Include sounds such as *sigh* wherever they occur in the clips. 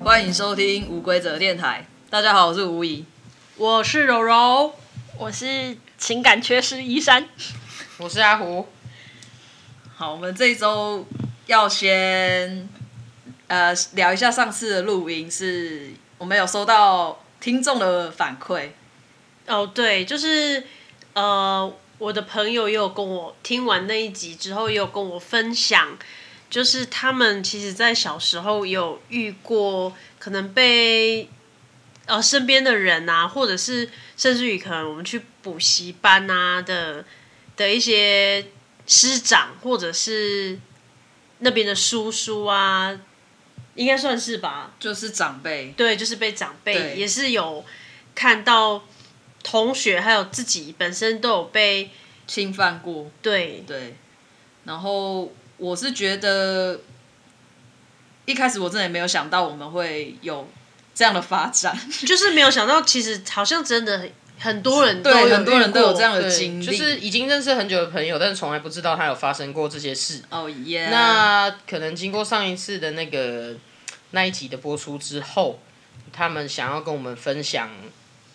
欢迎收听无规则电台。大家好，我是吴怡。我是柔柔，我是情感缺失一山，我是阿胡，好，我们这一周要先呃聊一下上次的录音，是我们有收到听众的反馈，哦，对，就是呃，我的朋友也有跟我听完那一集之后，也有跟我分享，就是他们其实在小时候有遇过，可能被呃身边的人啊，或者是甚至于可能我们去补习班啊的的一些师长，或者是那边的叔叔啊，应该算是吧，就是长辈，对，就是被长对辈也是有看到同学还有自己本身都有被侵犯过，对对。然后我是觉得，一开始我真的也没有想到我们会有这样的发展，就是没有想到，其实好像真的很多人都对，有很多人都有这样的对经历，就是已经认识很久的朋友，但是从来不知道他有发生过这些事。哦耶，那可能经过上一次的那个那一集的播出之后，他们想要跟我们分享，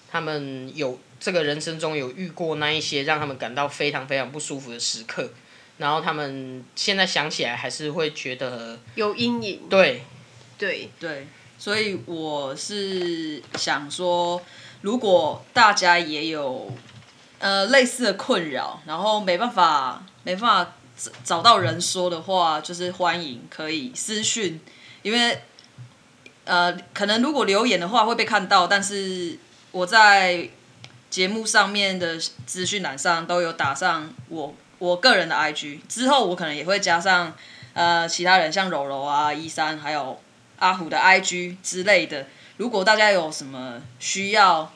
他们有这个人生中有遇过那一些让他们感到非常非常不舒服的时刻，然后他们现在想起来还是会觉得有阴影，对，对对，所以我是想说，如果大家也有呃类似的困扰，然后没办法没办法找找到人说的话，就是欢迎可以私讯，因为呃可能如果留言的话会被看到，但是我在节目上面的资讯栏上都有打上我我个人的 IG，之后我可能也会加上呃其他人像柔柔啊、一三还有阿虎的 IG 之类的。如果大家有什么需要，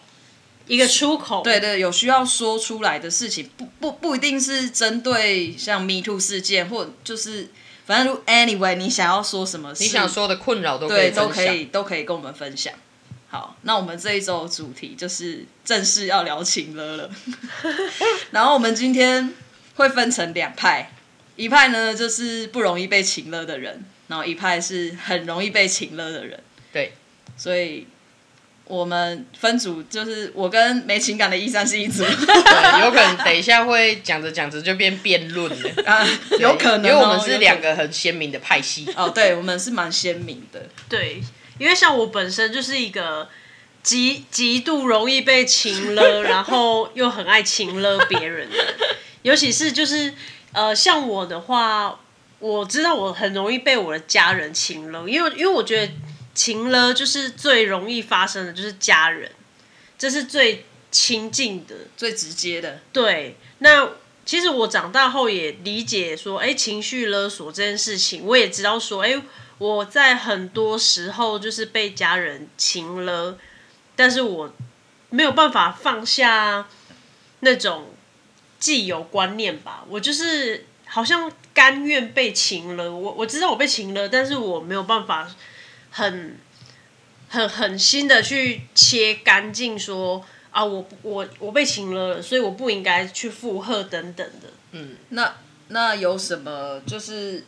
一个出口，对对，有需要说出来的事情，不不不一定是针对像 Me Too 事件，或就是反正如 anyway，你想要说什么事，你想说的困扰都可对以分都享。可以都可以跟我们分享。好，那我们这一周的主题就是正式要聊情了 *laughs* 了。然后我们今天会分成两派，一派呢就是不容易被情了的人，然后一派是很容易被情了的人。对，所以我们分组就是我跟没情感的一三是一组，对，有可能等一下会讲着讲着就变辩论了。 *laughs* 啊， *laughs* 有可能、哦，因为我们是两有个很鲜明的派系。可能哦，对，我们是蛮鲜明的，对，因为像我本身就是一个。极极度容易被情了，然后又很爱情了别人的，尤其是就是呃，像我的话，我知道我很容易被我的家人情了，因为因为我觉得情了就是最容易发生的，就是家人，这是最亲近的。最直接的，对，那其实我长大后也理解说，哎、情绪勒索这件事情，我也知道说，哎、我在很多时候就是被家人情勒，但是我没有办法放下那种既有观念吧，我就是好像甘愿被情勒，我我知道我被情勒，但是我没有办法很很狠心的去切干净说。啊，我不我我被请了，所以我不应该去附和等等的。那那有什么就是？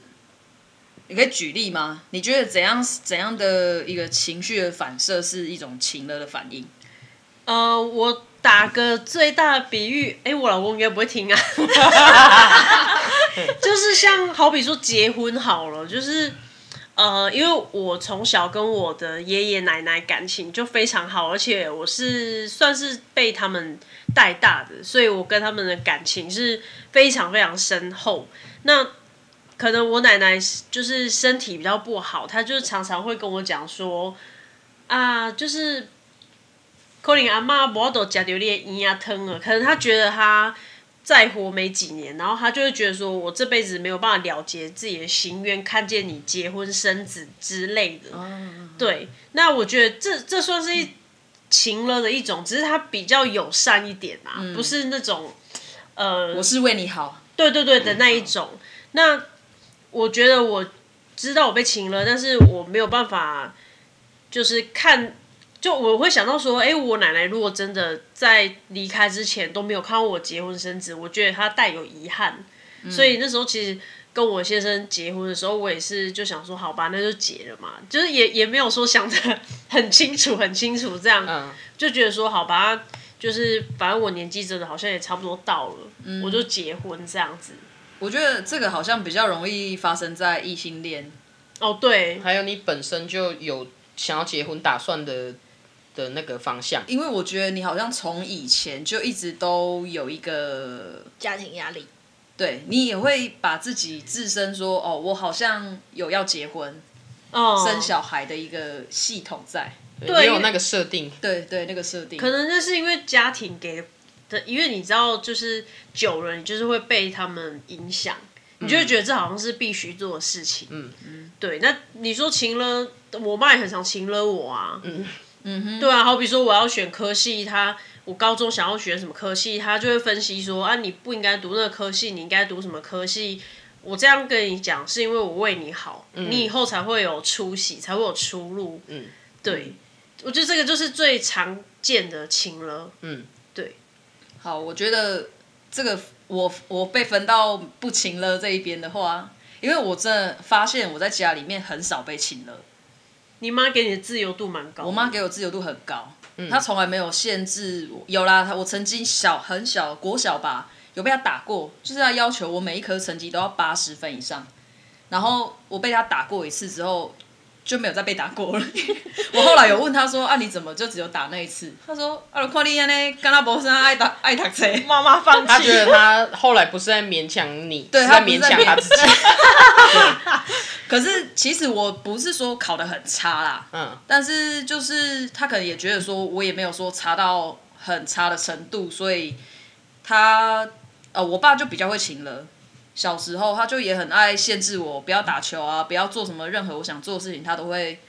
你可以举例吗？你觉得怎样怎样的一个情绪的反射是一种情了的反应？呃，我打个最大的比喻，哎、我老公应该不会听啊。 *laughs* 就是像好比说结婚好了，就是呃，因为我从小跟我的爷爷奶奶感情就非常好，而且我是算是被他们带大的，所以我跟他们的感情是非常非常深厚。那可能我奶奶是就是身体比较不好，她就是常常会跟我讲说，啊，就是可能阿妈无都食到你的营养汤啊了，可能她觉得她再活没几年，然后她就会觉得说我这辈子没有办法了结自己的心愿，看见你结婚生子之类的。对，那我觉得这这算是一情了的一种，只是它比较友善一点啊，不是那种呃，我是为你好，对对对的那一种。那我觉得我知道我被请了，但是我没有办法，就是看，就我会想到说，哎、我奶奶如果真的在离开之前都没有看到我结婚生子，我觉得她带有遗憾，所以那时候其实跟我先生结婚的时候，我也是就想说，好吧，那就结了嘛，就是也也没有说想的很清楚，很清楚这样，嗯，就觉得说，好吧，就是反正我年纪真的好像也差不多到了，我就结婚这样子。我觉得这个好像比较容易发生在异性恋，哦，对，还有你本身就有想要结婚打算的的那个方向，因为我觉得你好像从以前就一直都有一个家庭压力，对你也会把自己自身说哦，我好像有要结婚、哦，生小孩的一个系统在，对，也因有为那个设定，对对，那个设定。可能那是因为家庭给的，因为你知道，就是久了，你就是会被他们影响，你就会觉得这好像是必须做的事情。嗯嗯，对。那你说情了，我妈也很常情了我啊。嗯嗯，对啊，好比说我要选科系，她我高中想要选什么科系，她就会分析说啊，你不应该读那个科系，你应该读什么科系。我这样跟你讲，是因为我为你好，你以后才会有出息，才会有出路。嗯，对，我觉得这个就是最常见的情了。嗯，好，我觉得这个我我被分到不请了这一边的话，因为我真的发现我在家里面很少被请了，你妈给你的自由度蛮高的，我妈给我自由度很高，她从来没有限制我。有啦，她我曾经小很小国小吧，有被她打过，就是她要求我每一科成绩都要八十分以上，然后我被她打过一次之后。就没有再被打过了。 *laughs* 我后来有问她说：“啊，你怎么就只有打那一次？”她说：“啊，我看你安尼，干那博生爱打爱读册。”妈妈放他觉得他后来不是在勉强你，对是他在不是勉在强他自己。 *laughs* 可是其实我不是说考得很差啦，嗯，但是就是他可能也觉得说我也没有说差到很差的程度，所以他呃，我爸就比较会请了。小时候他就也很爱限制我，不要打球啊，不要做什么任何我想做的事情，他都会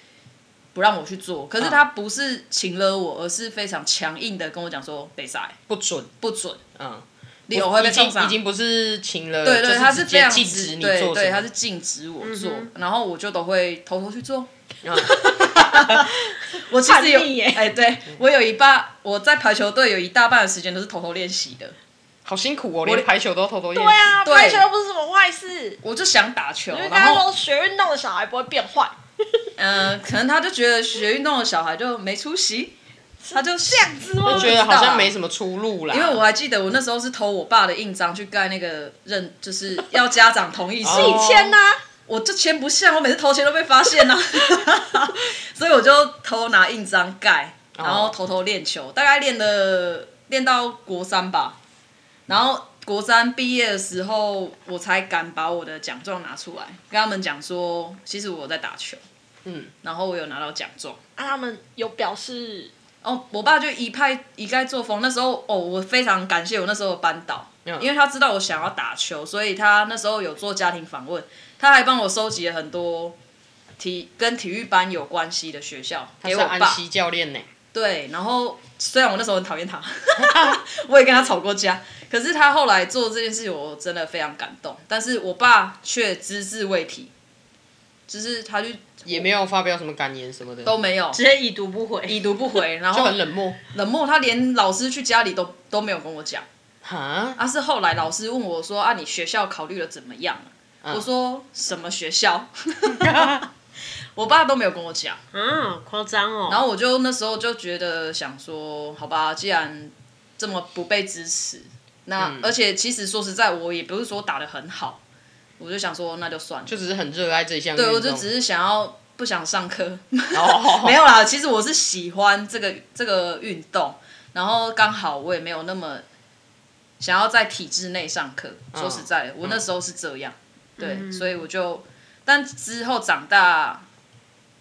不让我去做。可是他不是请了我，而是非常强硬的跟我讲说被塞不准，不准，嗯，理由会被已经冲上。已经不是情了，对就对，他直是非接常禁止你对做对，什他么嗯是禁止我做，然后我就都会偷偷去做。 *laughs* 我其实有叛逆耶哎、对我有一半我在排球队有一大半的时间都是偷偷练习的，好辛苦哦，连排球都偷偷练习。对啊，对排球又不是什么坏事。我就想打球，因为大然家后都学运动的小孩不会变坏，嗯、可能他就觉得学运动的小孩就没出息，他就这样子就觉得好像没么。什么出路啦。啊因为我还记得我那时候是偷我爸的印章去盖那个认，就是要家长同意书，哦一千呐、我就签不下，我每次投钱都被发现呐、所以我就偷拿印章盖，然后偷偷练球，大概练了练到国三吧，然后国三毕业的时候，我才敢把我的奖状拿出来，跟他们讲说，其实我有在打球，嗯，然后我有拿到奖状。啊，他们有表示哦，我爸就一派一概作风。那时候哦，我非常感谢我那时候的班导，嗯因为他知道我想要打球，所以他那时候有做家庭访问，他还帮我收集了很多体跟体育班有关系的学校他给是我安爸。西教练呢，对，然后虽然我那时候很讨厌 *laughs* 他，我也跟他吵过架，可是他后来做这件事情，我真的非常感动。但是我爸却只字未提，就是他就也没有发表什么感言什么的，都没有直接已读不回。已读不回，然就后很冷漠。冷漠，他连老师去家里都都没有跟我讲。哈，啊，是后来老师问我说：“啊，你学校考虑的怎么样啊、我说：“什么学校？” *laughs* 我爸都没有跟我讲，啊，夸张哦。然后我就那时候就觉得想说，好吧，既然这么不被支持，那、而且其实说实在，我也不是说打得很好，我就想说那就算了，就只是很热爱这项运对动。我就只是想要不想上课，*laughs* 哦，没有啦，其实我是喜欢这个这个运动，然后刚好我也没有那么想要在体制内上课。说实在的，我那时候是这样，对，嗯所以我就，但之后长大，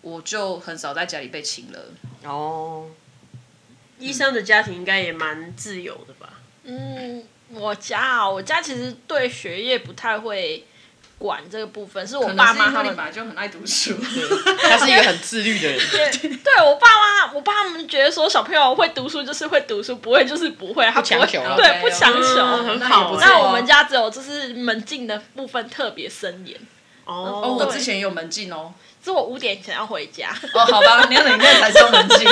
我就很少在家里被请了。哦，医生的家庭应该也蛮自由的吧？嗯，我家啊，我家其实对学业不太会管这个部分，是我爸妈他们。本来就很爱读书， *laughs* 他是一个很自律的人。对我爸妈，我爸他们觉得说小朋友会读书就是会读书，不会就是不会，他不强会求啊对，不强求。嗯很好哦那也不错那啊我们家只有就是门禁的部分特别森严，哦，哦我之前也有门禁哦。是我五点前要回家， *laughs* 哦，好吧，那你那才叫门禁。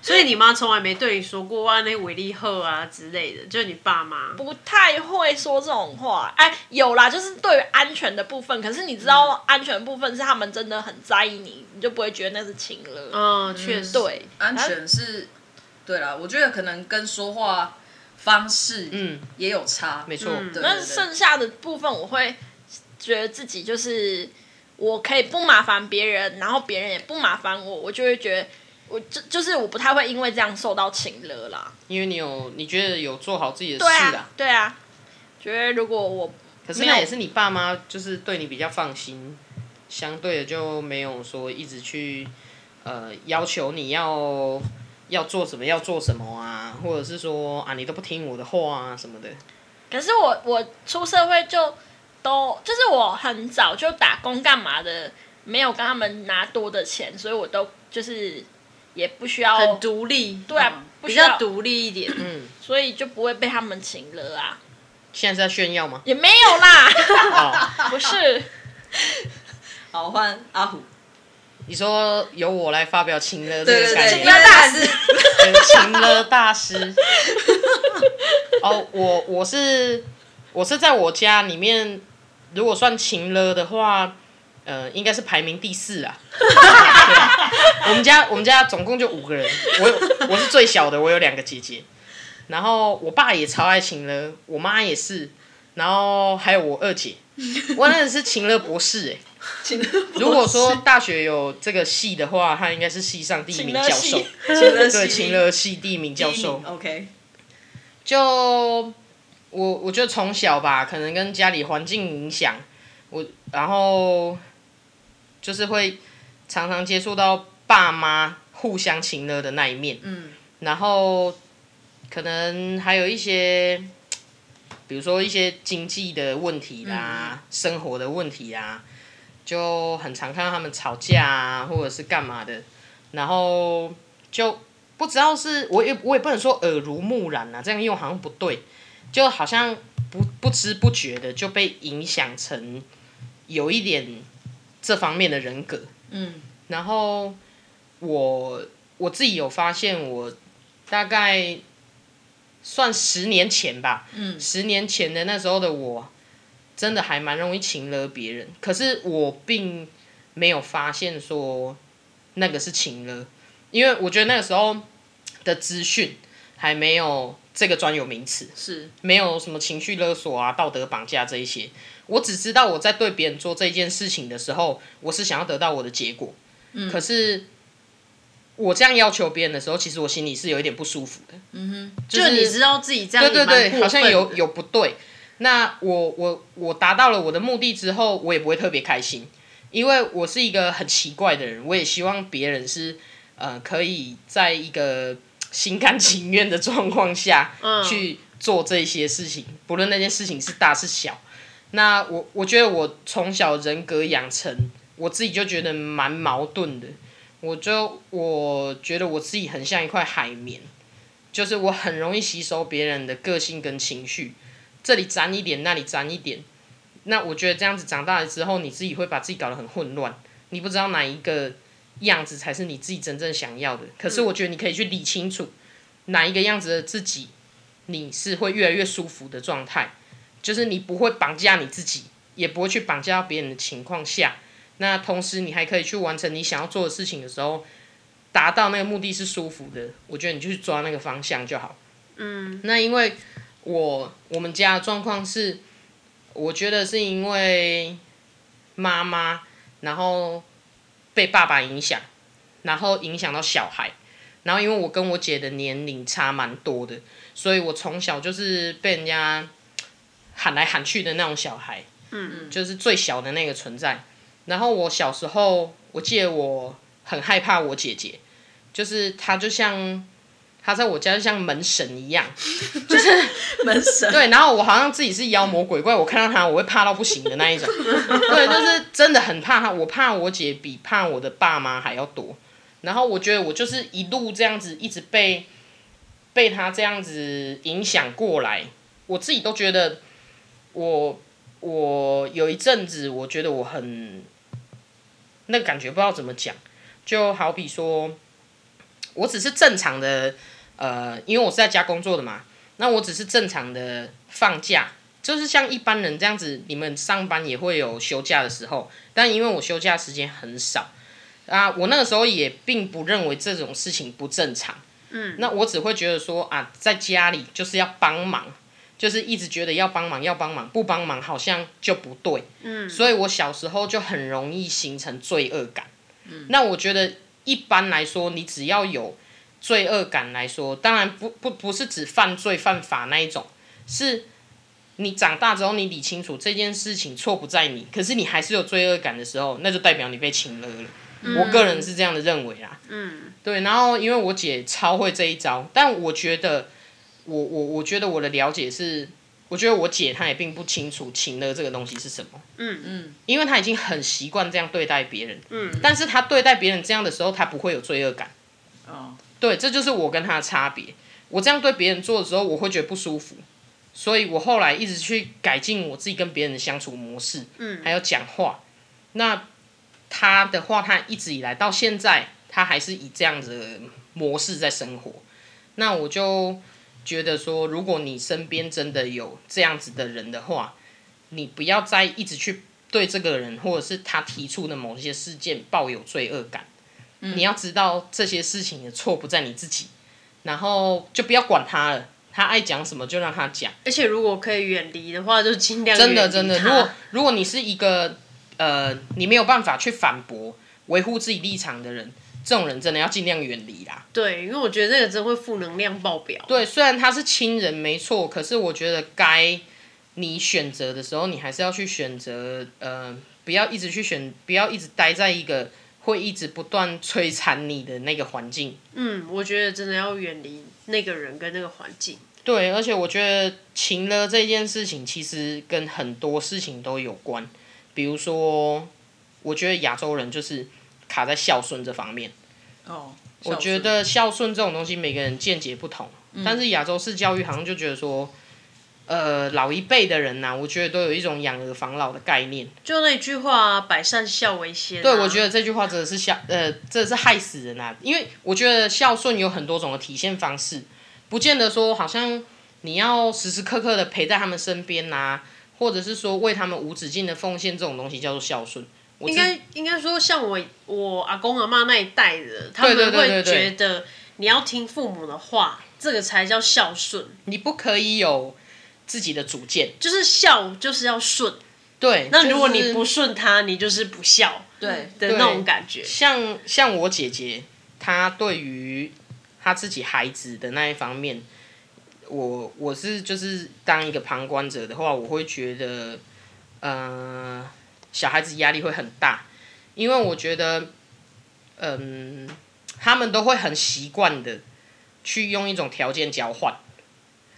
所以你妈从来没对你说过哇那伟力赫啊之类的，就是你爸妈。不太会说这种话。哎，有啦，就是对于安全的部分，可是你知道，安全的部分是他们真的很在意你，你就不会觉得那是情了。嗯，确实。对，安全是，对啦，我觉得可能跟说话方式嗯，也有差，没错，嗯对。那剩下的部分，我会觉得自己就是我可以不麻烦别人，然后别人也不麻烦我，我就会觉得我就就是我不太会因为这样受到情勒啦。因为你有你觉得有做好自己的对事啊啦，，对啊，觉得如果我可是没那有也是你爸妈就是对你比较放心，相对的就没有说一直去呃要求你要要做什么要做什么啊，或者是说啊你都不听我的话啊什么的。可是我我出社会就都就是我很早就打工干嘛的，没有跟他们拿多的钱，所以我都就是也不需要很独立，对啊嗯，不比需要较，独立一点。嗯，所以就不会被他们请了啊，现在是在炫耀 *laughs* 吗？也没有啦，哦，不是，好换阿虎，你说由我来发表情勒这对对个概对，念因为，他是对情勒大 *laughs* 师。哦，我我是我是在我家里面，如果算情勒的话，呃，应该是排名第四 *laughs* 啊。我们家我们家总共就五个人，我有我是最小的，我有两个姐姐，然后我爸也超爱情勒，我妈也是，然后还有我二姐，我那个是情勒博士哎、 *laughs* 请了如果说大学有这个系的话，他应该是系上第一名教授情勒系，对，情勒系第一名教授。 ，OK，就我我觉得从小吧，可能跟家里环境影响，我然后就是会常常接触到爸妈互相情勒的那一面，嗯，然后可能还有一些，比如说一些经济的问题啦、生活的问题啊，就很常看到他们吵架啊，或者是干嘛的，然后就不知道是我也我也不能说耳濡目染啊，这样用好像不对，就好像不不知不觉的就被影响成有一点这方面的人格，嗯，然后我我自己有发现，我大概算十年前吧，嗯十年前的那时候的我，真的还蛮容易情勒别人，可是我并没有发现说那个是情勒，因为我觉得那个时候的资讯还没有这个专有名词，是没有什么情绪勒索啊、道德绑架这一些。我只知道我在对别人做这件事情的时候，我是想要得到我的结果。嗯、可是我这样要求别人的时候，其实我心里是有一点不舒服的。嗯哼，就就是你知道自己这样，对对对，好像有有不对。那我我我达到了我的目的之后，我也不会特别开心，因为我是一个很奇怪的人，我也希望别人是呃可以在一个心甘情愿的状况下嗯去做这些事情，不论那件事情是大是小。那我我觉得我从小人格养成，我自己就觉得蛮矛盾的。我就我觉得我自己很像一块海绵，就是我很容易吸收别人的个性跟情绪，这里沾一点，那里沾一点。那我觉得这样子长大了之后，你自己会把自己搞得很混乱，你不知道哪一个样子才是你自己真正想要的。可是我觉得你可以去理清楚哪一个样子的自己，你是会越来越舒服的状态，就是你不会绑架你自己，也不会去绑架到别人的情况下。那同时，你还可以去完成你想要做的事情的时候，达到那个目的是舒服的，我觉得你就去抓那个方向就好。嗯，那因为我我们家的状况是，我觉得是因为妈妈，然后被爸爸影响，然后影响到小孩，然后因为我跟我姐的年龄差蛮多的，所以我从小就是被人家喊来喊去的那种小孩，嗯，就是最小的那个存在。然后我小时候，我记得我很害怕我姐姐，就是她就像她在我家就像门神一样，门神，对，然后我好像自己是妖魔鬼怪，我看到他我会怕到不行的那一种。对，就是真的很怕他，我怕我姐比怕我的爸妈还要多。然后我觉得我就是一路这样子，一直被被他这样子影响过来，我自己都觉得我我有一阵子，我觉得我很那个感觉不知道怎么讲，就好比说我只是正常的，呃，因为我是在家工作的嘛，那我只是正常的放假，就是像一般人这样子，你们上班也会有休假的时候，但因为我休假时间很少，啊，我那个时候也并不认为这种事情不正常，嗯，那我只会觉得说啊，在家里就是要帮忙。就是一直觉得要帮忙要帮忙，不帮忙好像就不对，嗯，所以我小时候就很容易形成罪恶感，嗯，那我觉得一般来说，你只要有罪恶感来说，当然不不不是指犯罪犯法那一种，是你长大之后你理清楚这件事情错不在你，可是你还是有罪恶感的时候，那就代表你被情勒了。我个人是这样的认为啦，嗯，对，然后因为我姐超会这一招，但我觉得我我我觉得我的了解是，我觉得我姐她也并不清楚情勒这个东西是什么，嗯嗯，因为她已经很习惯这样对待别人，嗯，但是她对待别人这样的时候，她不会有罪恶感，哦，对，这就是我跟他的差别。我这样对别人做的时候，我会觉得不舒服，所以我后来一直去改进我自己跟别人的相处模式，嗯，还有讲话。那他的话，他一直以来到现在，他还是以这样子的模式在生活。那我就觉得说，如果你身边真的有这样子的人的话，你不要再一直去对这个人或者是他提出的某些事件抱有罪恶感。嗯你要知道这些事情的错不在你自己，然后就不要管他了，他爱讲什么就让他讲。而且如果可以远离的话，就尽量真的远离真的，它如果如果你是一个呃，你没有办法去反驳、维护自己立场的人，这种人真的要尽量远离啦。对，因为我觉得这个真会负能量爆表。对，虽然他是亲人没错，可是我觉得该你选择的时候，你还是要去选择，呃，不要一直去选，不要一直待在一个会一直不断摧残你的那个环境。嗯，我觉得真的要远离那个人跟那个环境。对，而且我觉得情呢这件事情，其实跟很多事情都有关。比如说，我觉得亚洲人就是卡在孝顺这方面。哦，我觉得孝顺这种东西，每个人见解不同。但是亚洲式教育好像就觉得说，呃，老一辈的人呐、我觉得都有一种养儿防老的概念。就那句话、啊，百善孝为先、啊对，我觉得得这句话真的是孝，呃，真的是害死人啊！因为我觉得孝顺有很多种的体现方式，不见得说好像你要时时刻刻的陪在他们身边呐、啊或者是说为他们无止境的奉献这种东西叫做孝顺。我应自该应该说，像我我阿公阿妈那一代的，他对们对对会对觉得你要听父母的话，这个才叫孝顺。你不可以有自己的主见，就是孝就是要顺，对。那如果就是你不顺他，你就是不孝对，的对那种感觉。像像我姐姐，她对于她自己孩子的那一方面，我我是就是当一个旁观者的话，我会觉得，呃，小孩子压力会很大，因为我觉得，嗯、他们都会很习惯的去用一种条件交换。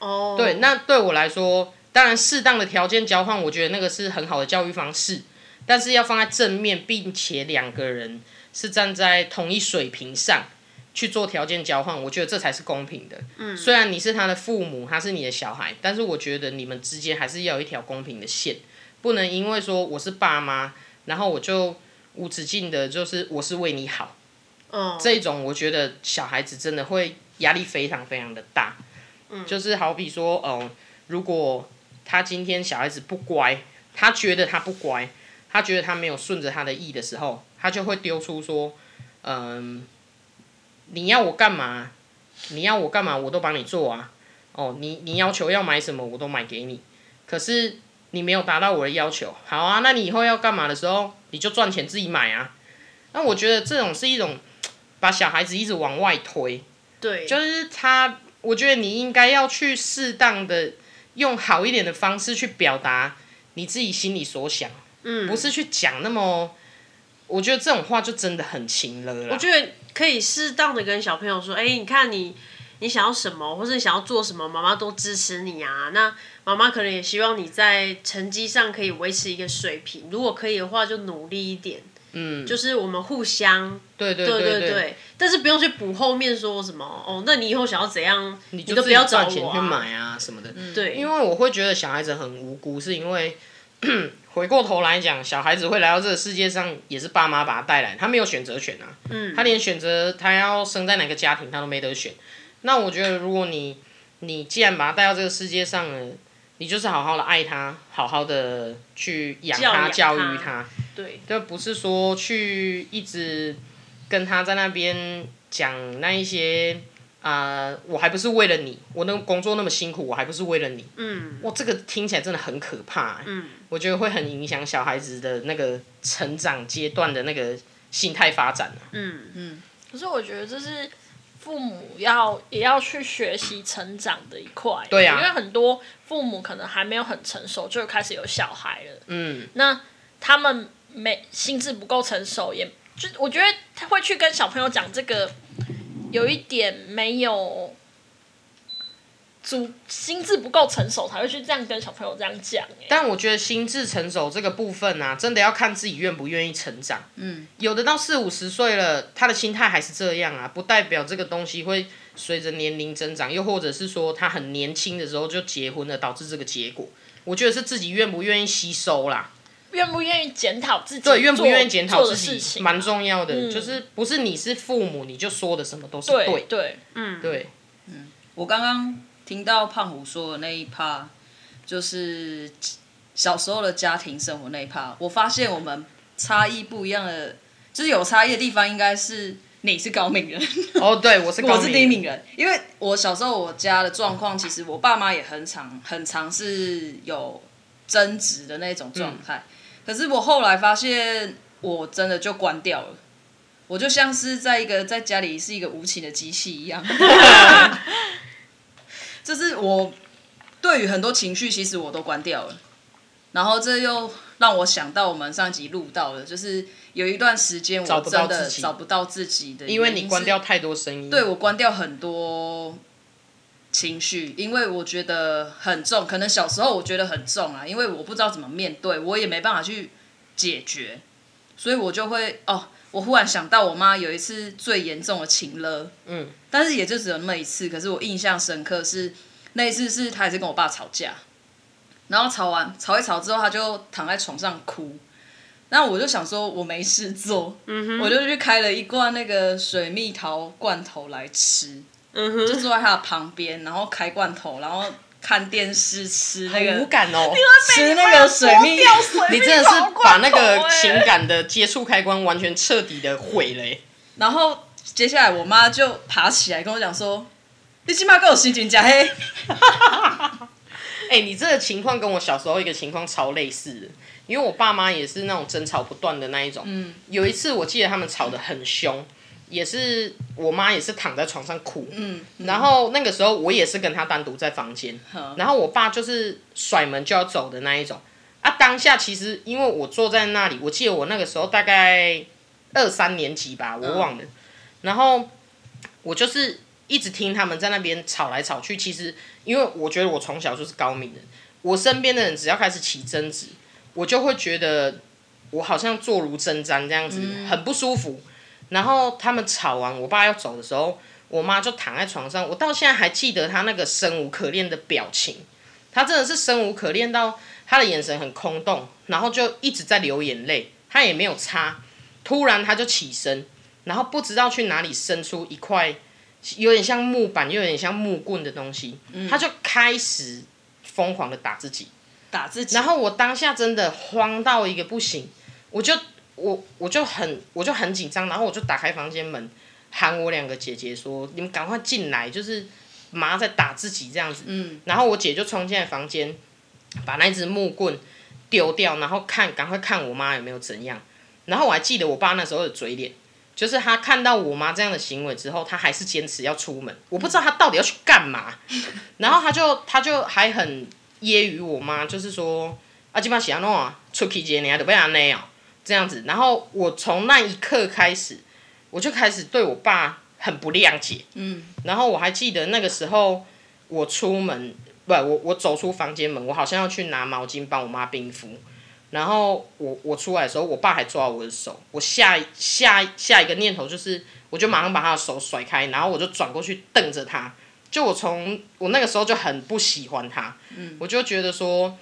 哦，对，那对我来说，当然适当的条件交换，我觉得那个是很好的教育方式，但是要放在正面，并且两个人是站在同一水平上去做条件交换，我觉得这才是公平的。嗯，虽然你是他的父母，他是你的小孩，但是我觉得你们之间还是要有一条公平的线，不能因为说我是爸妈，然后我就无止境的，就是我是为你好。嗯，这种我觉得小孩子真的会压力非常非常的大，就是好比说，哦、如果他今天小孩子不乖，他觉得他不乖，他觉得他没有顺着他的意的时候，他就会丢出说，嗯、你要我干嘛？你要我干嘛？我都帮你做啊。哦，你你要求要买什么，我都买给你。可是你没有达到我的要求，好啊，那你以后要干嘛的时候，你就赚钱自己买啊。那我觉得这种是一种把小孩子一直往外推，对，就是他，我觉得你应该要去适当的用好一点的方式去表达你自己心里所想，嗯不是去讲那么，我觉得这种话就真的很情了啦。我觉得可以适当的跟小朋友说，哎、你看你你想要什么，或者你想要做什么，妈妈都支持你啊。那妈妈可能也希望你在成绩上可以维持一个水平，如果可以的话，就努力一点。嗯，就是我们互相，对对对对对，但是不用去补后面说什么哦，那你以后想要怎样，你你就都自不己要找赚钱我、去啊。买啊什么的。对，因为我会觉得小孩子很无辜，是因为 *clears throat* 回过头来讲，小孩子会来到这个世界上，也是爸妈把他带来，他没有选择权啊。嗯，他连选择他要生在哪个家庭，他都没得选。那我觉得，如果你你既然把他带到这个世界上了，你就是好好的爱他，好好的去养教他、养教育他他。对，就不是说去一直跟他在那边讲那一些啊、呃我还不是为了你，我那个工作那么辛苦，我还不是为了你。嗯，哇，这个听起来真的很可怕、嗯，我觉得会很影响小孩子的那个成长阶段的那个心态发展、啊、嗯可是我觉得这是父母要也要去学习成长的一块，对啊因为很多父母可能还没有很成熟就开始有小孩了，嗯，那他们没心智不够成熟，也就我觉得他会去跟小朋友讲这个，有一点没有。主心智不够成熟，才会去这样跟小朋友这样讲、欸。但我觉得心智成熟这个部分啊，真的要看自己愿不愿意成长。嗯，有的到四五十岁了，他的心态还是这样啊，不代表这个东西会随着年龄增长，又或者是说他很年轻的时候就结婚了，导致这个结果。我觉得是自己愿不愿意吸收啦，愿不愿意检讨自己做？对，愿不愿意检讨做自的事己情啊蛮重要的，嗯就是不是你是父母你就说的什么都是对对，对，对，我刚刚听到胖虎说的那一趴，就是小时候的家庭生活那一趴，我发现我们差异不一样的，就是有差异的地方，应该是你是高敏人，哦，对我是高我是敏低人敏人，因为我小时候我家的状况，其实我爸妈也很常很常是有争执的那种状态。嗯可是我后来发现，我真的就关掉了，我就像是在一个在家里是一个无情的机器一 *laughs* 样。就是我对于很多情绪，其实我都关掉了。然后这又让我想到我们上集录到的，就是有一段时间找我不到真的自己找不到自己的原因为你是关掉太多声音，对我关掉很多情绪，因为我觉得很重，可能小时候我觉得很重啊，因为我不知道怎么面对，我也没办法去解决，所以我就会哦，我忽然想到我妈有一次最严重的情了，嗯，但是也就只有那么一次，可是我印象深刻是那一次是她也是跟我爸吵架，然后吵完吵一吵之后，她就躺在床上哭。那我就想说，我没事做，嗯我就去开了一罐那个水蜜桃罐头来吃，嗯就哼，坐在他的旁边，然后开罐头，然后看电视吃那好无个感哦。吃那个水蜜桃。你哦真的是把那个情感的接触开关完全彻底的毁了、欸。然后接下来我妈就爬起来跟我讲说：“你起码给我洗紧加黑。哎、你这个情况跟我小时候一个情况超类似的，因为我爸妈也是那种争吵不断的那一种。嗯，有一次我记得他们吵得很凶，也是我妈也是躺在床上哭。嗯”然后那个时候我也是跟他单独在房间，好然后我爸就是甩门就要走的那一种。啊，当下其实因为我坐在那里，我记得我那个时候大概二三年级吧，我忘了。然后我就是一直听他们在那边吵来吵去。其实因为我觉得我从小就是高敏人，我身边的人只要开始起争执，我就会觉得我好像坐如针毡这样子，很不舒服。然后他们吵完，我爸要走的时候，我妈就躺在床上，我到现在还记得她那个生无可恋的表情，她真的是生无可恋到她的眼神很空洞，然后就一直在流眼泪，她也没有擦。突然她就起身，然后不知道去哪里伸出一块有点像木板，又有点像木棍的东西，她就开始疯狂的打自己。打自己，然后我当下真的慌到一个不行，我就我我就很我就很紧张，然后我就打开房间门，喊我两个姐姐说：“你们赶快进来，就是妈在打自己这样子。”嗯，然后我姐就冲进来房间，把那只木棍丢掉，然后看赶快看我妈有没有怎样。然后我还记得我爸那时候的嘴脸，就是他看到我妈这样的行为之后，他还是坚持要出门。我不知道他到底要去干嘛，然后他就他就还很揶揄我妈，就是说啊，基本上喜欢弄啊，出去接你啊，都被安那哦，这样子。然后我从那一刻开始，我就开始对我爸很不谅解。嗯，然后我还记得那个时候我出门，不，我我走出房间门，我好像要去拿毛巾帮我妈冰敷。然后我我出来的时候，我爸还抓我的手，我下下下一个念头就是，我就马上把他的手甩开，然后我就转过去瞪着他。就我从我那个时候就很不喜欢他，我就觉得说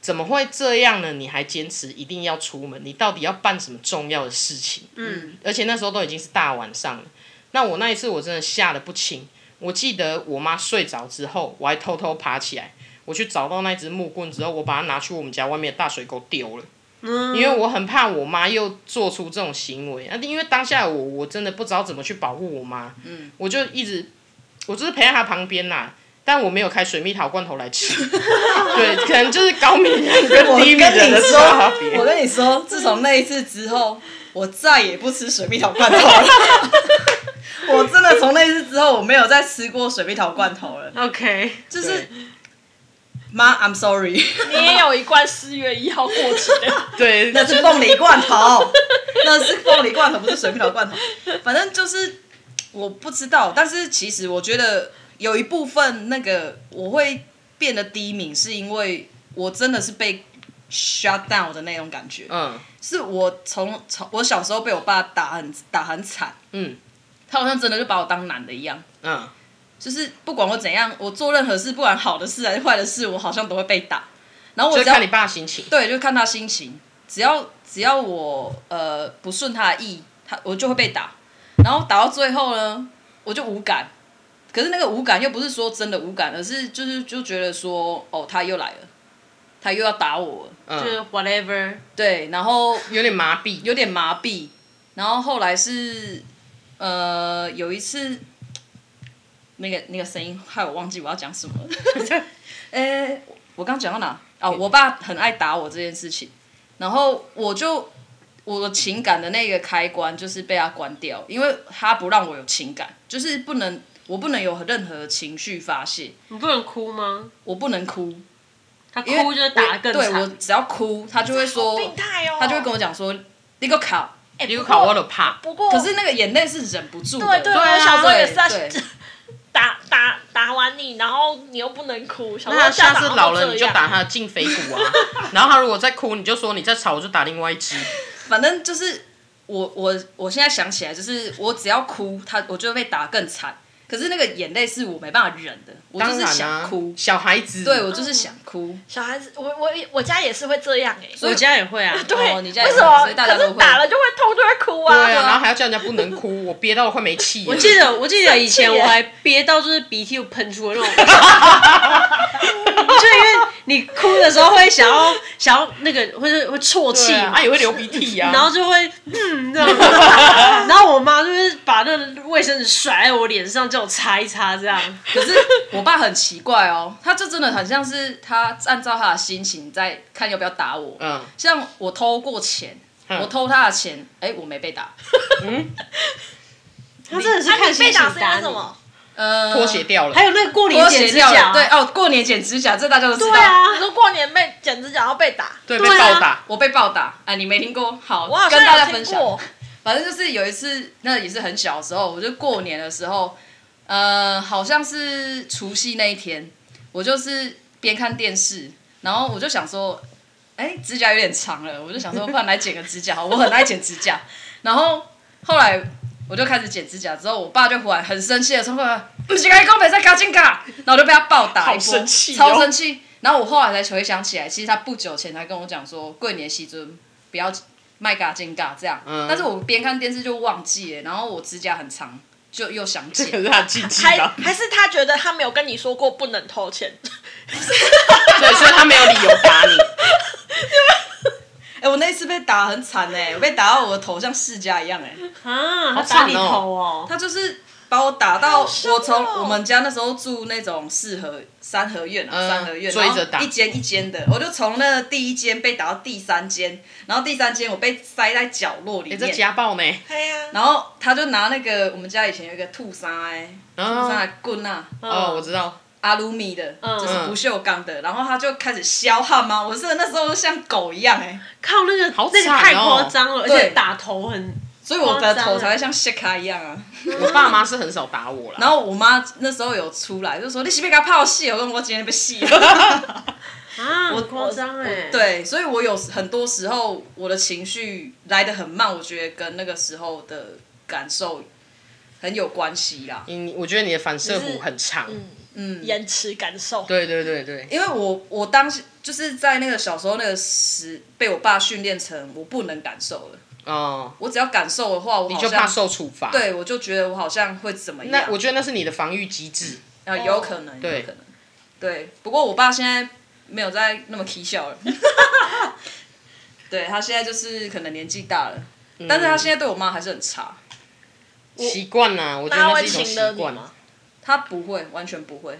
怎么会这样呢？你还坚持一定要出门，你到底要办什么重要的事情？嗯，而且那时候都已经是大晚上了。那我那一次我真的吓得不轻，我记得我妈睡着之后，我还偷偷爬起来，我去找到那只木棍之后，我把它拿去我们家外面的大水沟丢了。嗯因为我很怕我妈又做出这种行为，那因为当下我我真的不知道怎么去保护我妈，嗯，我就一直我就是陪在她旁边啦，但我没有开水蜜桃罐头来吃， *laughs* 对，可能就是高敏人跟 *laughs* 我低跟敏人你的差别说，我。跟你说，自从那一次之后，我再也不吃水蜜桃罐头了。 *laughs* 我真的从那一次之后，我没有再吃过水蜜桃罐头了。 OK，就是妈，I'm sorry， *laughs* 你也有一罐四月一号过期 *laughs* 的，对，那是凤梨罐头，那是凤梨罐头，不是水蜜桃罐头。反正就是我不知道，但是其实我觉得有一部分那个我会变得低敏，是因为我真的是被 shut down 的那种感觉。嗯是我从从我小时候被我爸打很打很惨，嗯他好像真的就把我当男的一样，嗯就是不管我怎样，我做任何事，不管好的事还是坏的事，我好像都会被打。然后我就只要看你爸心情。对，就看他心情，只要只要我呃不顺他的意，他我就会被打，然后打到最后呢，我就无感。可是那个无感又不是说真的无感，而是就是就觉得说哦他又来了，他又要打我了，就是嗯， whatever，对，然后有点麻痹。有点麻痹。然后后来是，呃，有一次，那个那个声音害我忘记我要讲什么 *laughs* 了。呃、我刚讲到哪？哦，我爸很爱打我这件事情，然后我就我的情感的那个开关就是被他关掉，因为他不让我有情感，就是不能我不能有任何情绪发泄，你不能哭吗？我不能哭，他因为哭就是打得更我对我惨。只要哭，他就会说，病态哦。他就会跟我讲说，你给我考。哎，你不考过我都怕。不过可是那个眼泪是忍不住的，哦对对，对啊我小时候也是在对对打打打完你，然后你又不能哭，小时那他候下家次长老都了，你这就样打他的进肺骨啊。然后他如果再哭，你就说你再吵，我就打另外一只。反正就是我我我现在想起来，就是我只要哭，他我就会被打更惨。可是那个眼泪是我没办法忍的，我就当是然想啊哭，，小孩子。对我就是想哭。小孩子，我我我家也是会这样哎、以我家也会啊，对，啊哦你家也为是什么？所以大家可都是会打了就会痛，就会哭对啊。啊，然后还要叫人家不能哭，我憋到我快没气了。我记得我记得以前生气耶我还憋到就是鼻涕喷出的那种 *laughs* 感觉，就因为你哭的时候会想要想要那个会是会啜气对啊，嘛啊，也会流鼻涕啊。 *laughs* 然后就会嗯这样， *laughs* 然后我妈就是把那个卫生纸甩在我脸上，叫我擦一擦这样。可是我爸很奇怪哦，他就真的很像是他按照他的心情在看要不要打我。嗯，像我偷过钱，嗯我偷他的钱，哎、我没被打，她真的是啊看你心被情打是因打为你什么？呃，拖鞋掉了还。有那个过年拖剪鞋指掉甲，啊了，对哦，过年剪指甲这大家都知道。对啊你说过年被剪指甲然后被打，对，被对啊暴打。我被暴打，哎，你没听过？好，我好跟大家像有分听享。过。反正就是有一次，那也是很小的时候，我就过年的时候，呃，好像是除夕那一天，我就是边看电视，然后我就想说，哎、指甲有点长了，我就想说，不然来剪个指甲好，我很爱剪指甲。然后后来我就开始剪指甲，之后我爸就忽然很生气的冲过来，不是该讲没在嘎金嘎，然后我就被他暴打一波，好生气哦超生气。然后我后来才回想起来，其实他不久前才跟我讲说，过年时尊不要卖嘎金嘎这样。嗯但是我边看电视就忘记了，然后我指甲很长，就又想这剪。个是他鸡鸡 *laughs* 啊还吧？还是他觉得他没有跟你说过不能偷钱，对，所以他没有理由打你。哎、我那一次被打很惨哎、我被打到我的头像世家一样哎、啊，他打惨你哦头哦，他就是把我打到好凶哦我从我们家那时候住那种四合三合院啊，嗯三合院，追着然后打一间一间的，我就从那第一间被打到第三间，然后第三间我被塞在角落里你面，这家暴呢？对呀、然后他就拿那个我们家以前有一个兔砂哎、兔砂哦，的棍啊，哦，我知道。阿鲁米的，嗯就是不锈钢的，然后他就开始削汗嘛，我真的那时候就像狗一样哎、靠那个好那个惨哦太夸张了，而且对打头很所以我的头夸张啊才会像谢卡一样啊。我爸妈是很少打我啦。然后我妈那时候有出来就说：“你是不是给他泡戏？”我跟我今天被戏了。 *laughs* 啊，我很夸张哎，，对，所以我有很多时候我的情绪来的很慢，我觉得跟那个时候的感受很有关系啦。你我觉得你的反射你弧是很长，嗯，嗯，延迟感受。对对对对，因为我我当时就是在那个小时候那个时被我爸训练成我不能感受了，哦，我只要感受的话，我好就像怕受处罚。，对我就觉得我好像会怎么样，那我觉得那是你的防御机制。啊哦有可能，有对可能，对。不过我爸现在没有在那么啼笑了， *laughs* 对他现在就是可能年纪大了，嗯但是他现在对我妈还是很差，习惯啦，我觉得那他那是会一种请习了你惯。吗？他不会，完全不会。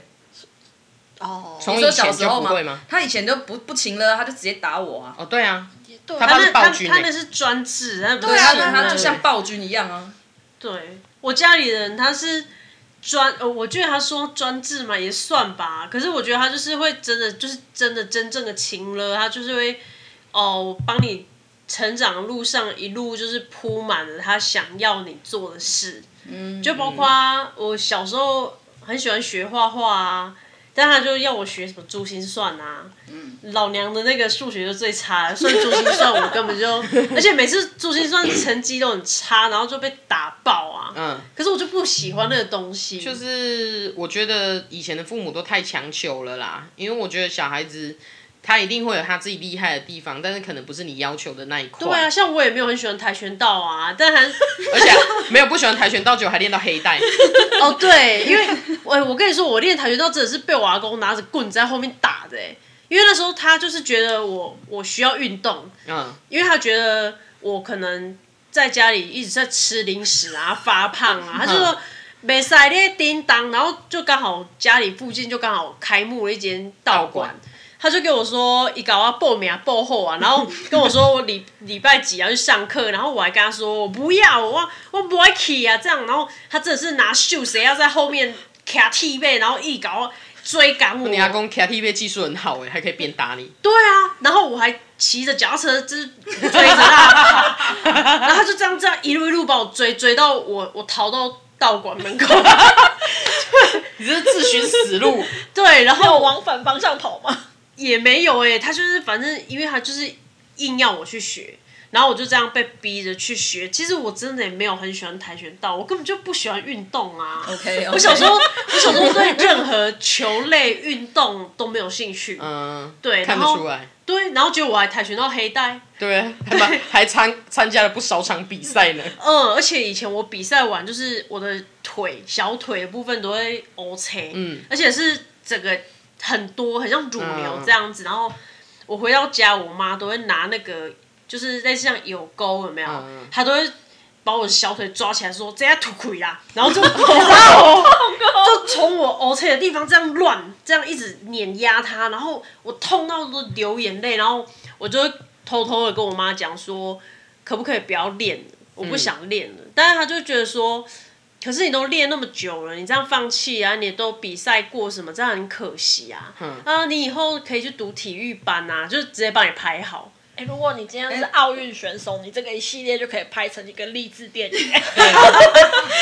哦，从你以说小前时就候不会吗？他以前就不不情了，他就直接打我啊，哦，对啊，对他他爸那是他暴君他那欸，是专制，他不对是啊，人那他类就像暴君一样啊。对我家里人他是专，呃，我觉得他说专制嘛也算吧，可是我觉得他就是会真的就是真的真正的情了，他就是会哦帮你成长的路上一路就是铺满了他想要你做的事，嗯，就包括我小时候很喜欢学画画啊。但他就要我学什么珠心算啊，嗯老娘的那个数学就最差了，算珠心算我根 *laughs* 本就，而且每次珠心算成绩都很差，然后就被打爆啊。嗯，可是我就不喜欢那个东西，就就是我觉得以前的父母都太强求了啦，因为我觉得小孩子他一定会有他自己厉害的地方，但是可能不是你要求的那一块。对啊，像我也没有很喜欢跆拳道啊，但 *laughs* 还而且没有不喜欢跆拳道，就还练到黑带。哦对，因为我我跟你说，我练跆拳道真的是被我阿公拿着棍子在后面打的、欸，因为那时候他就是觉得我我需要运动，嗯，因为他觉得我可能在家里一直在吃零食啊、发胖嗯啊，他就说没塞咧叮当，然后就刚好家里附近就刚好开幕了一间道馆道馆。他就跟我说，一搞啊报名啊报后啊，然后跟我说我礼礼拜几啊要去上课，然后我还跟他说我不要，我我不爱去啊这样，然后他真的是拿袖谁要在后面卡 T 背，然后一搞追赶我，你阿公 KTV 技术很好哎，还可以鞭打你。对啊，然后我还骑着脚踏车，就是追着 *laughs* 他跑，然后他就这样这样一路一路把我追追到我我逃到道馆门口，你这是自寻死路。对，然要后往反方向跑吗？也没有哎、他就是反正因为他就是硬要我去学，然后我就这样被逼着去学。其实我真的也没有很喜欢跆拳道，我根本就不喜欢运动啊。 OK，我小 *laughs* 时候，我小时候对任何球类运动都没有兴趣，嗯，对看得然后出来。对，然后结果我还跆拳道黑带，对，啊还蛮还参参加了不少场比赛呢。 *laughs* 嗯，而且以前我比赛完，就是我的腿小腿的部分都会 O C，嗯而且是整个很多，很像乳嗯牛这样子。然后我回到家，我妈都会拿那个，就是类似像有钩有没有？嗯她都会把我的小腿抓起来说：“这下吐鬼啦！” *laughs* 然后就然后啊就从我 O C 的地方这样乱，这样一直碾压它，然后我痛到都流眼泪，然后我就会偷偷的跟我妈讲说。可不可以不要练了？我不想练嗯了。但是他就觉得说，可是你都练那么久了，你这样放弃啊，你也都比赛过什么，这样很可惜啊。嗯啊，你以后可以去读体育班啊，就直接帮你排 *laughs* 好。哎、如果你今天是奥运选手，你这个一系列就可以拍成一个励志 *laughs* 电影，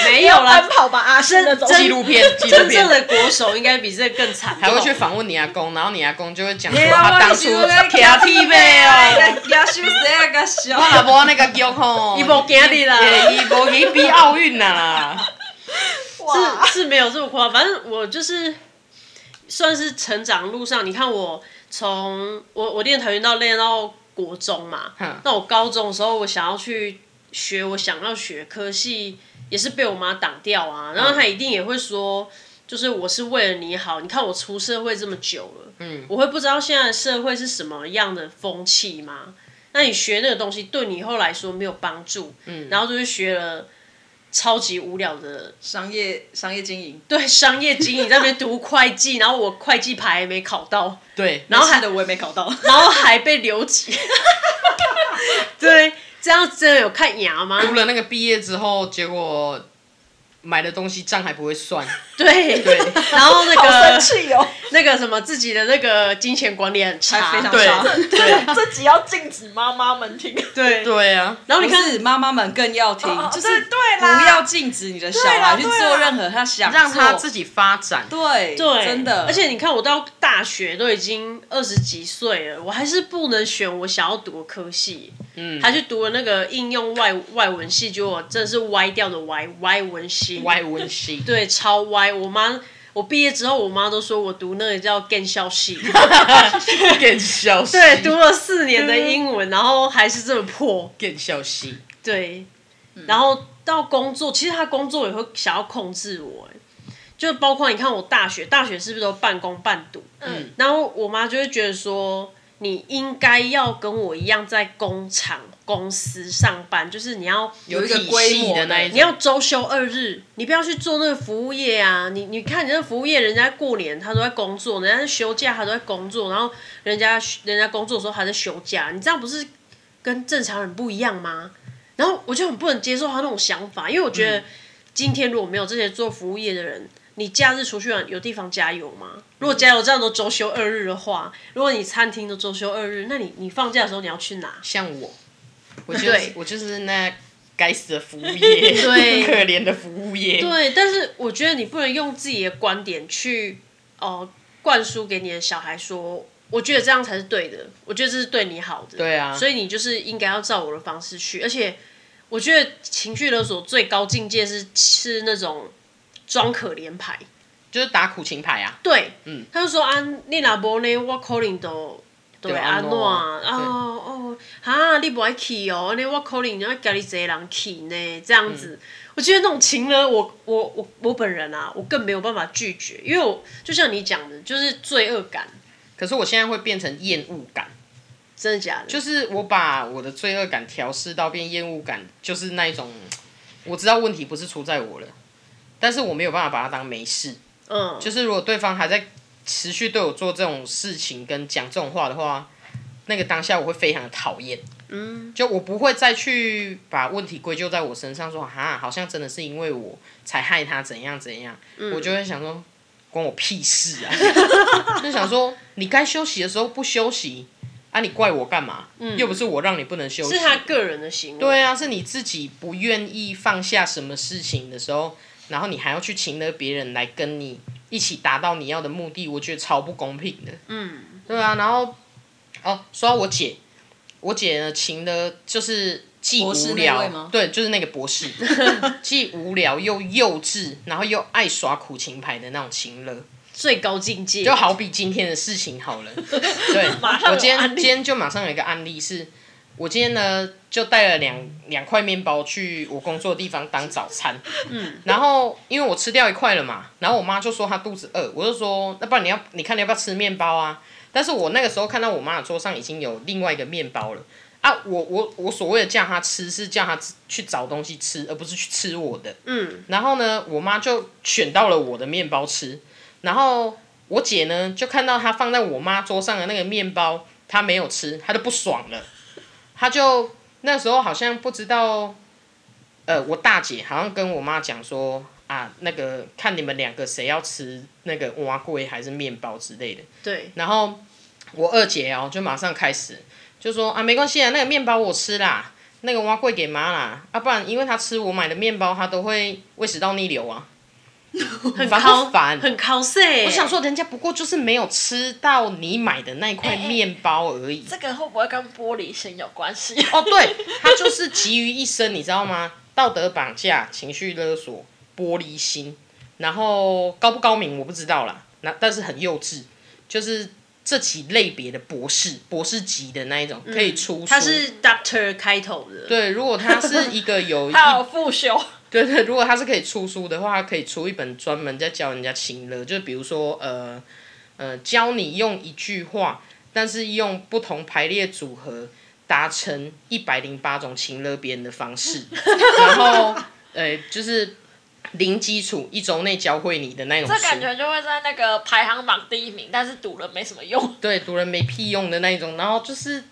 没有啦奔，跑吧阿生的走纪录片，纪录真片正。的国手应该比这个更惨。还会去访问你阿公，然后你阿公就会讲说对啊他当初铁踢呗哎 *laughs* 哦，亚修谁啊个 *laughs* 小我老婆那个叫吼，你无惊你啦，欸，伊无去比奥运啊呐，哇！是是没有这么夸张，反正我就是算是成长路上，你看我从我我练跆拳道练到国中嘛哼，那我高中的时候我想要去学我想要学科系，也是被我妈挡掉啊，然后她一定也会说。就是我是为了你好，你看我出社会这么久了，嗯，我会不知道现在的社会是什么样的风气吗？那你学那个东西对你以后来说没有帮助，嗯，然后就是学了超级无聊的商业商业经营， *laughs* 对商业经理在那边读会计，然后我会计牌还没考到，对，然后害还的我也没考 *laughs* 到。然后还被留级，对，这样真的有看牙吗？除了那个毕业之后，结果买的东西账还不会算，对对，然后那好生个气 *laughs* 哦！那个什么自己的那个金钱管理很差，还非常对差对这集要禁止妈妈们听。对对啊，然后不你看是妈妈们更要听，哦就是对对啦不要禁止你的小对啦孩去对做啦任何他想让他做自己发展，对对，真的，而且你看，我到大学都已经二十几岁了，我还是不能选我想要读的科系，嗯，还去读了那个应用外外文系，结果真的是歪掉的歪歪文系， *laughs* 歪文系， *laughs* 对，超歪。我妈，我毕业之后，我妈都说我读那个叫建校系，更笑死，对，读了四年的英文，然后还是这么破，更笑死。对，然后到工作，其实他工作也会想要控制我，哎就包括你看我大学，大学是不是都半工半读？嗯，然后我妈就会觉得说，你应该要跟我一样在工厂、公司上班，就是你要有一个体规系模的的那一种，你要周休二日，你不要去做那个服务业啊！你你看，你那个服务业，人家过年他都在工作，人家休假他都在工作，然后人家人家工作的时候还在休假，你这样不是跟正常人不一样吗？然后我就很不能接受他那种想法，因为我觉得今天如果没有这些做服务业的人，你假日出去玩有地方加油吗？如果加油站都周休二日的话，如果你餐厅都周休二日，那你你放假的时候你要去哪？像我，我就对是我就是那该死的服务业， *laughs* 对 *laughs* 可怜的服务业，对，但是我觉得你不能用自己的观点去哦、呃灌输给你的小孩说，我觉得这样才是对的，我觉得这是对你好的。 *laughs* 对啊所以你就是应该要照我的方式去，而且我觉得情绪勒索最高境界是是那种装可怜牌。就是打苦情牌啊。对，嗯他就说啊，你若无呢，我可能都都会对安安怎怎啊？对哦哦，哈，你不爱去哦，你我可能要家己一个人去呢，这样子。嗯我觉得那种情呢，我我我我本人啊，我更没有办法拒绝，因为我就像你讲的，就是罪恶感，可是我现在会变成厌恶感，真的假的？就就是我把我的罪恶感调试到变厌恶感，就是那一种，我知道问题不是出在我了，但是我没有办法把它当没事。嗯，就就是如果对方还在持续对我做这种事情跟讲这种话的话，那个当下我会非常的讨厌。嗯，就我不会再去把问题归咎在我身上说哈，好像真的是因为我才害他怎样怎样。嗯我就会想说，关我屁 *laughs* 事啊！就想说你该休息的时候不休息啊，你怪我干嘛？又不是我让你不能休嗯息。是他个人的行为。对啊，是你自己不愿意放下什么事情的时候，然后你还要去请了别人来跟你一起达到你要的目的，我觉得超不公平的。嗯，对啊，然后哦，说到我姐，我姐呢，请了就是既博士无那位聊吗，对，就是那个 *laughs* 博士，既无聊又幼稚，然后又爱耍苦情牌的那种情乐。最高境界就好比今天的事情好了，对，我今天今天就马上有一个案例是，我今天呢就带了两两块面包去我工作的地方当早餐，嗯，然后因为我吃掉一块了嘛，然后我妈就说她肚子饿，我就说那不然你要你看你要不要吃面包啊？但是我那个时候看到我妈的桌上已经有另外一个面包了。啊，我我我所谓的叫她吃是叫她去找东西吃，而不是去吃我的。嗯，然后呢，我妈就选到了我的面包吃，然后我姐呢就看到她放在我妈桌上的那个面包，她没有吃，她就不爽了，她就那时候好像不知道，呃，我大姐好像跟我妈讲说啊，那个看你们两个谁要吃那个蛙龟还是面包之类的，对，然后我二姐哦，就马上开始就说啊，没关系啊，那个面包我吃啦，那个蛙贵给妈啦，啊，不然因为她吃我买的面包，她都会胃食道逆流啊，很烦高不烦？很欸高塞。我想说，人家不过就是没有吃到你买的那一块面包而已。这个会不会跟玻璃心有关系？哦，对，他就是集于一身，你知道吗？道德绑架、情绪勒索、玻璃心，然后高不高明我不知道啦，那但是很幼稚，就是这几类别的博士、博士级的那一种可以出书。嗯他是 Doctor 开头的，对，如果他是一个 *laughs* 有一还有 *laughs* 复修，对 *laughs* 对，如果他是可以出书的话，他可以出一本专门在教人家情勒，就比如说呃呃，教你用一句话，但是用不同排列组合达成一百零八种情勒别人的方 *laughs* 式，然后呃就是零基础一周内教会你的那种这书，感觉就会在那个排行榜第一名，但是赌了没什么用。对，读了没屁用的那一种，然后就是。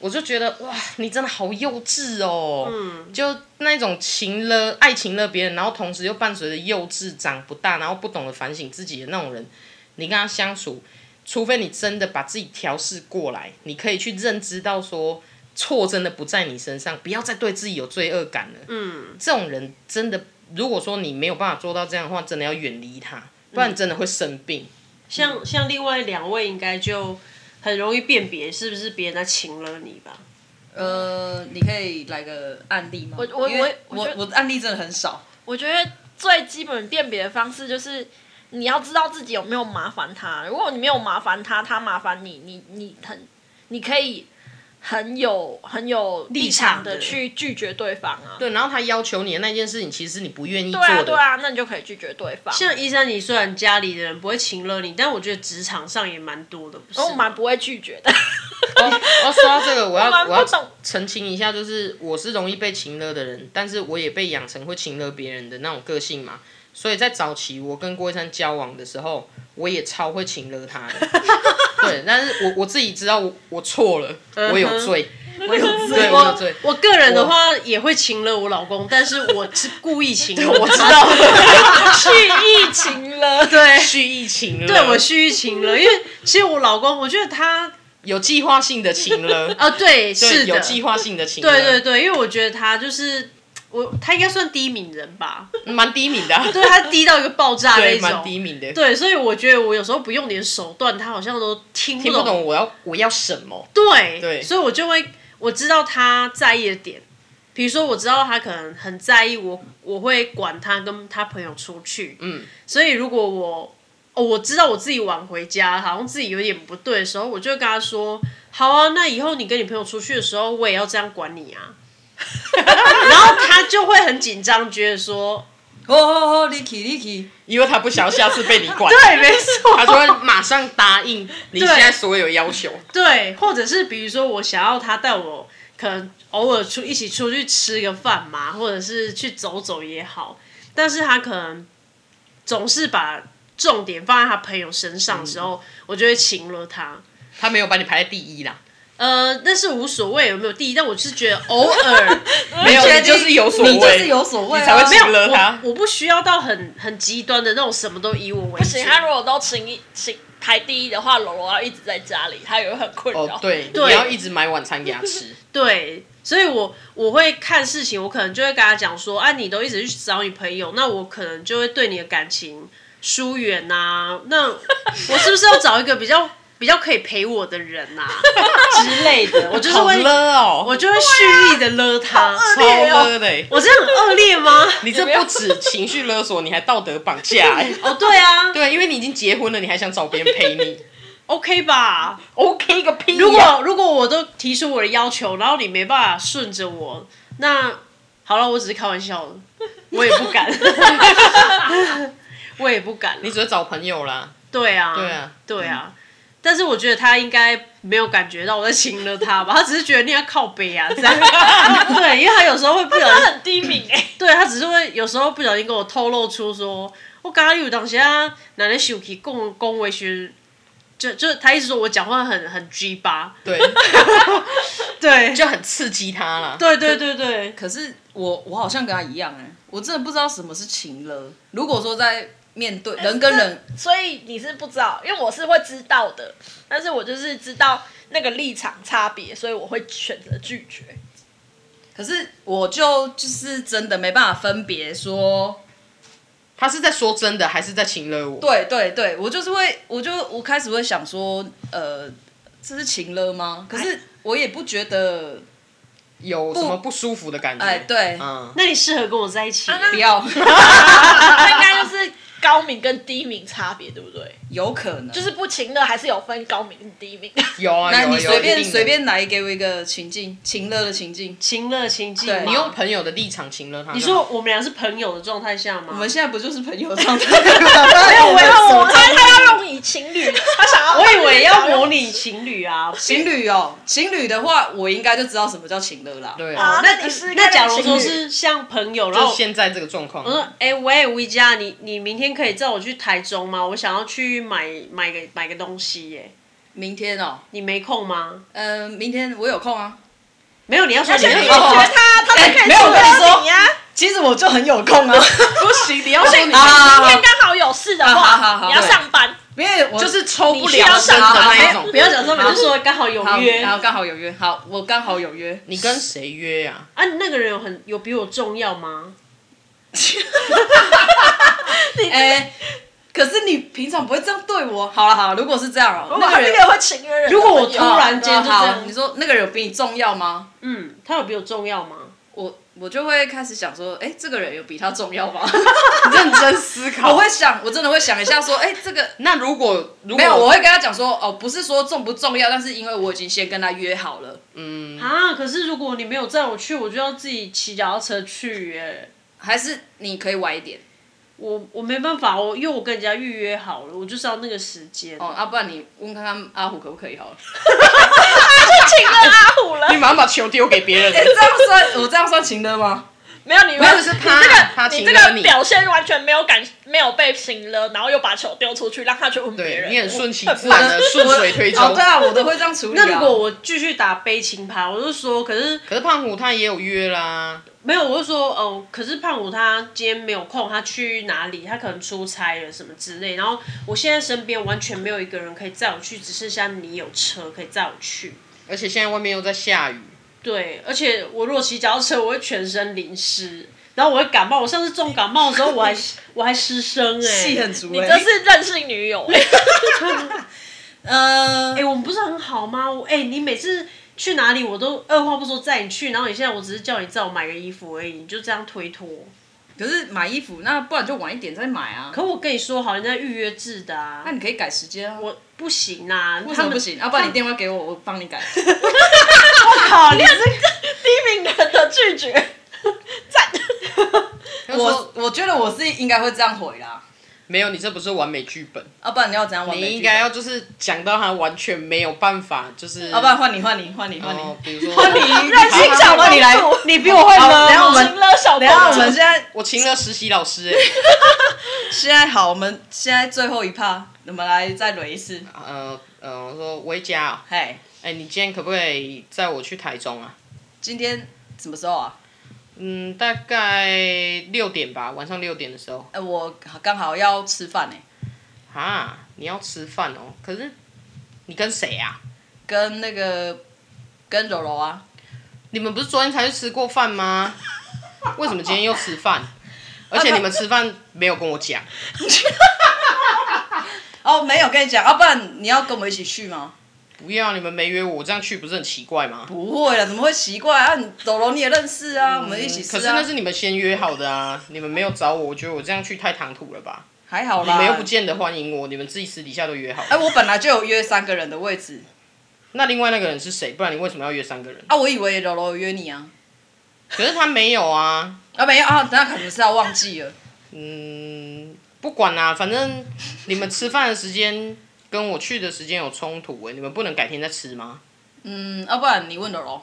我就觉得哇，你真的好幼稚哦！嗯，就那种情了爱情了别人，然后同时又伴随着幼稚、长不大，然后不懂得反省自己的那种人，你跟他相处，除非你真的把自己调试过来，你可以去认知到说错真的不在你身上，不要再对自己有罪恶感了。嗯，这种人真的，如果说你没有办法做到这样的话，真的要远离他，不然真的会生病。像像另外两位应该就很容易辨别是不是别人在请了你吧？呃，你可以来个案例吗？我我因为我我我觉得我的案例真的很少，我觉得最基本辨别的方式就是你要知道自己有没有麻烦他。如果你没有麻烦他，他麻烦你，你你很你可以很有很有立场的的去拒绝对方啊。对，然后他要求你的那件事情，其实你不愿意做对啊，的。对啊，那你就可以拒绝对方。像医生，你虽然家里的人不会请了你，但我觉得职场上也蛮多的，不是我吗？蛮不会拒绝的，哦，哦说到这个， *laughs* 我要蛮我要不懂澄清一下，就是我是容易被情勒的人，但是我也被养成会情勒别人的那种个性嘛。所以在早期我跟郭一山交往的时候，我也超会情勒他的。 *laughs* 对，但是我我自己知道我我错了，我有罪，*laughs* 我有对我哦有罪我我个人的话也会请了我老公，但是我是故意请了我我知道，去疫情了。对蓄意情勒，对，我蓄意情了，因为其实我老公，我觉得他，有计划性的情勒啊，对，是对，有的，计划性的情勒，对对对，因为我觉得他就是我，他应该算低敏人吧，对，蛮低敏的啊、对他低到一个爆炸那 *laughs* 对，一蛮低种。敏的，对，所以我觉得我有时候不用点手段，他好像都听不听不懂。懂我要我要什么。对，对所以我就会我知道他在意的点，比如说我知道他可能很在意我，我会管他跟他朋友出去，嗯，所以如果我哦我知道我自己晚回家，好像自己有点不对的时候，我就会跟他说，好啊，那以后你跟你朋友出去的时候，我也要这样管你啊。 *laughs* 然后他就会很紧张，觉得说，哦哦哦，你去你去，因为他不想要下次被你管，对，没错，他就会马上答应你现在所有要求。对，或者是比如说我想要他带我，可能偶尔出一起出去吃个饭嘛，或者是去走走也好，但是他可能总是把重点放在他朋友身上嗯的时候，我就会请了他。他没有把你排在第一啦，呃，但是无所谓有没有第一，但我是觉得偶尔没有，确定你就是有所谓，你就是有所谓、啊，你才会没请有 *laughs* 了他我，我不需要到很很极端的那种什么都以我为不主。行，他如果都请一请排第一的话，柔柔要一直在家里，他也会很困扰。哦， *laughs* 对，对你要一直买晚餐给他吃。对，所以我我会看事情，我可能就会跟他讲说，啊，你都一直去找你朋友，那我可能就会对你的感情疏远呐、那我是不是要找一个比较比较可以陪我的人呐、之类的？我就是好会，了哦，我就会蓄意的勒他。超了的欸。我这样很恶劣吗？你这不止情绪勒索，你还道德绑架欸。哦，对啊对，因为你已经结婚了，你还想找别人陪你，OK 吧？ ？OK 个屁呀！如果如果我都提出我的要求，然后你没办法顺着我，那好了，我只是开玩笑的，我也不敢，我也不敢。你只会找朋友啦，对啊，对啊对啊。但是我觉得他应该没有感觉到我在亲了他吧，他只是觉得你要靠背啊，这样。对，因为他有时候会不小他心，很低敏哎、对他只是会有时候不小心跟我透露出说，我刚刚有当时啊，奶奶生气，共恭维学，就就是他一直说我讲话很很 G 巴，对，对，就很刺激他啦。对对对对，可是我我好像跟他一样哎、我真的不知道什么是情了。如果说在面对哎人跟人，所以你是不知道，因为我是会知道的，但是我就是知道那个立场差别，所以我会选择拒绝。可是我就就是真的没办法分别说，他是在说真的，还是在情勒我？对对对，我就是会，我就我开始会想说，呃，这是情了吗？可哎是我也不觉得，有什么不舒服的感觉？哎，对，嗯，那你适合跟我在一起。啊不要， *laughs* 那应该就是高敏跟低敏差别，对不对？有可能就。是不情乐还是有分高敏跟低敏。有啊，来，有啊你随有啊一便定的随便来，给我一个情境，情乐的情境。情乐情境对嘛，你用朋友的立场请了他就好。你说我们俩是朋友的状态下吗？我们现在不就是朋友状 *laughs* 态？ *laughs* 没有，我要我他他要用以情侣，他想要我以为要模拟情侣啊，情侣哦，情侣的话，我应该就知道什么叫情乐啦。对啊啊，那你是那假跟如你说情侣是像朋友，然就后是现在这个状况我，说，哎、喂，吴一佳，你你明天可以载我去台中吗？我想要去买买个买个东西耶、明天哦，你没空吗？嗯，明天我有空啊。没有，你要说而你且你没拒空绝哦啊。他，他才可以没有我跟你说啊说你呀、其实我就很有空 *laughs* 啊，不行，你要说你好好啊今好天刚好有事的啊好话，好好你要上班，因为我就是抽不你需要了身上的好那一好种啊不。要讲说，你就说刚好有好，约然后刚好有约，好，我刚好有约。你跟谁约啊？啊。那个人有很有比我重要吗？ *laughs* 哎、可是你平常不会这样对我。好了好了，如果是这样哦、我那肯个定人哦会情人。如果我突然间就这好，样你说那个人有比你重要吗？嗯，他有比我重要吗？我我就会开始想说，哎、这个人有比他重 *laughs* 要吗？ *laughs* 认真思考。我会想，我真的会想一下说，哎、这个那如果如果没有，我会跟他讲说，哦，不是说重不重要，但是因为我已经先跟他约好了，嗯，啊！可是如果你没有载我去，我就要自己骑脚踏车去耶。还是你可以晚一点我我没办法，我因为我跟人家预约好了，我就是要那个时间。哦，要、不然你问看看阿虎可不可以好 *laughs* 了。请了阿虎了你，马上把球丢给别人。这样算我这样算情的吗？没有你没有是他这个他你请这了个你表现完全没有感没有被请了，然后又把球丢出去，让他去问别对人。你很顺其我自啊然啊的顺水推舟。哦，对啊，我都会这样处理、啊。那如果我继续打悲情牌，我就说，可是可是胖虎他也有约啦，没有，我就说，哦、可是胖虎他今天没有空，他去哪里？他可能出差了什么之类。然后我现在身边完全没有一个人可以载我去，只剩下你有车可以载我去。而且现在外面又在下雨，对，而且我如果骑脚踏车，我会全身淋湿，然后我会感冒。我上次重感冒的时候，我还我还失声哎、气很足、欸，这是任性女友，欸呃哎、，我们不是很好吗？我哎、你每次去哪里我都二话不说载你去，然后你现在我只是叫你载我买个衣服而已，你就这样推脱。可是买衣服那不然就晚一点再买啊。可我跟你说好，人家预约制的啊，那你可以改时间啊。我不行啊，为他什们么不行？要、不然你电话给我，我帮你改。好，你 *laughs* 是低敏人的拒绝，赞。 *laughs* 我我觉得我是应该会这样回啦。没有你这不是完美剧本，要、不然你要怎样玩？你应该要，就是讲到他完全没有办法，就是哦啊要、不然换你换你换你换你。哦，比如说任性小好你来，你比我会好等一下吗？我们请了小公等一下我主们现在我请了实习老师哎、现在好，我们现在最后一趴，我们来再捋一次。呃呃，我说维嘉哦，嘿，哎、你今天可不可以载我去台中啊？今天什么时候啊？嗯，大概六点吧，晚上六点的时候。哎、我刚好要吃饭呢、啊，你要吃饭哦，可是你跟谁啊？跟那个跟柔柔啊，你们不是昨天才去吃过饭吗？为什么今天又吃饭？而且你们吃饭没有跟我讲，哦，没有跟你讲，要、不然你要跟我们一起去吗？不要你们没约我，这样去不是很奇怪吗？不会了，怎么会奇怪啊？你柔柔你也认识啊，我们一起吃嗯可啊。是那是你们先约好的啊，你们没有找我，我觉得我这样去太唐突了吧？还好你啦。们又不见得欢迎我，你们自己私底下都约好了。哎、我本来就有约三个人的位置那另外那个人是谁？不然你为什么要约三个人？啊，我以为柔柔有约你啊，可是他没有啊，啊没有啊，那可能是要忘记了。嗯，不管啦、反正你们吃饭的时间跟我去的时间有冲突哎、你们不能改天再吃吗？嗯，要、不然你问柔柔，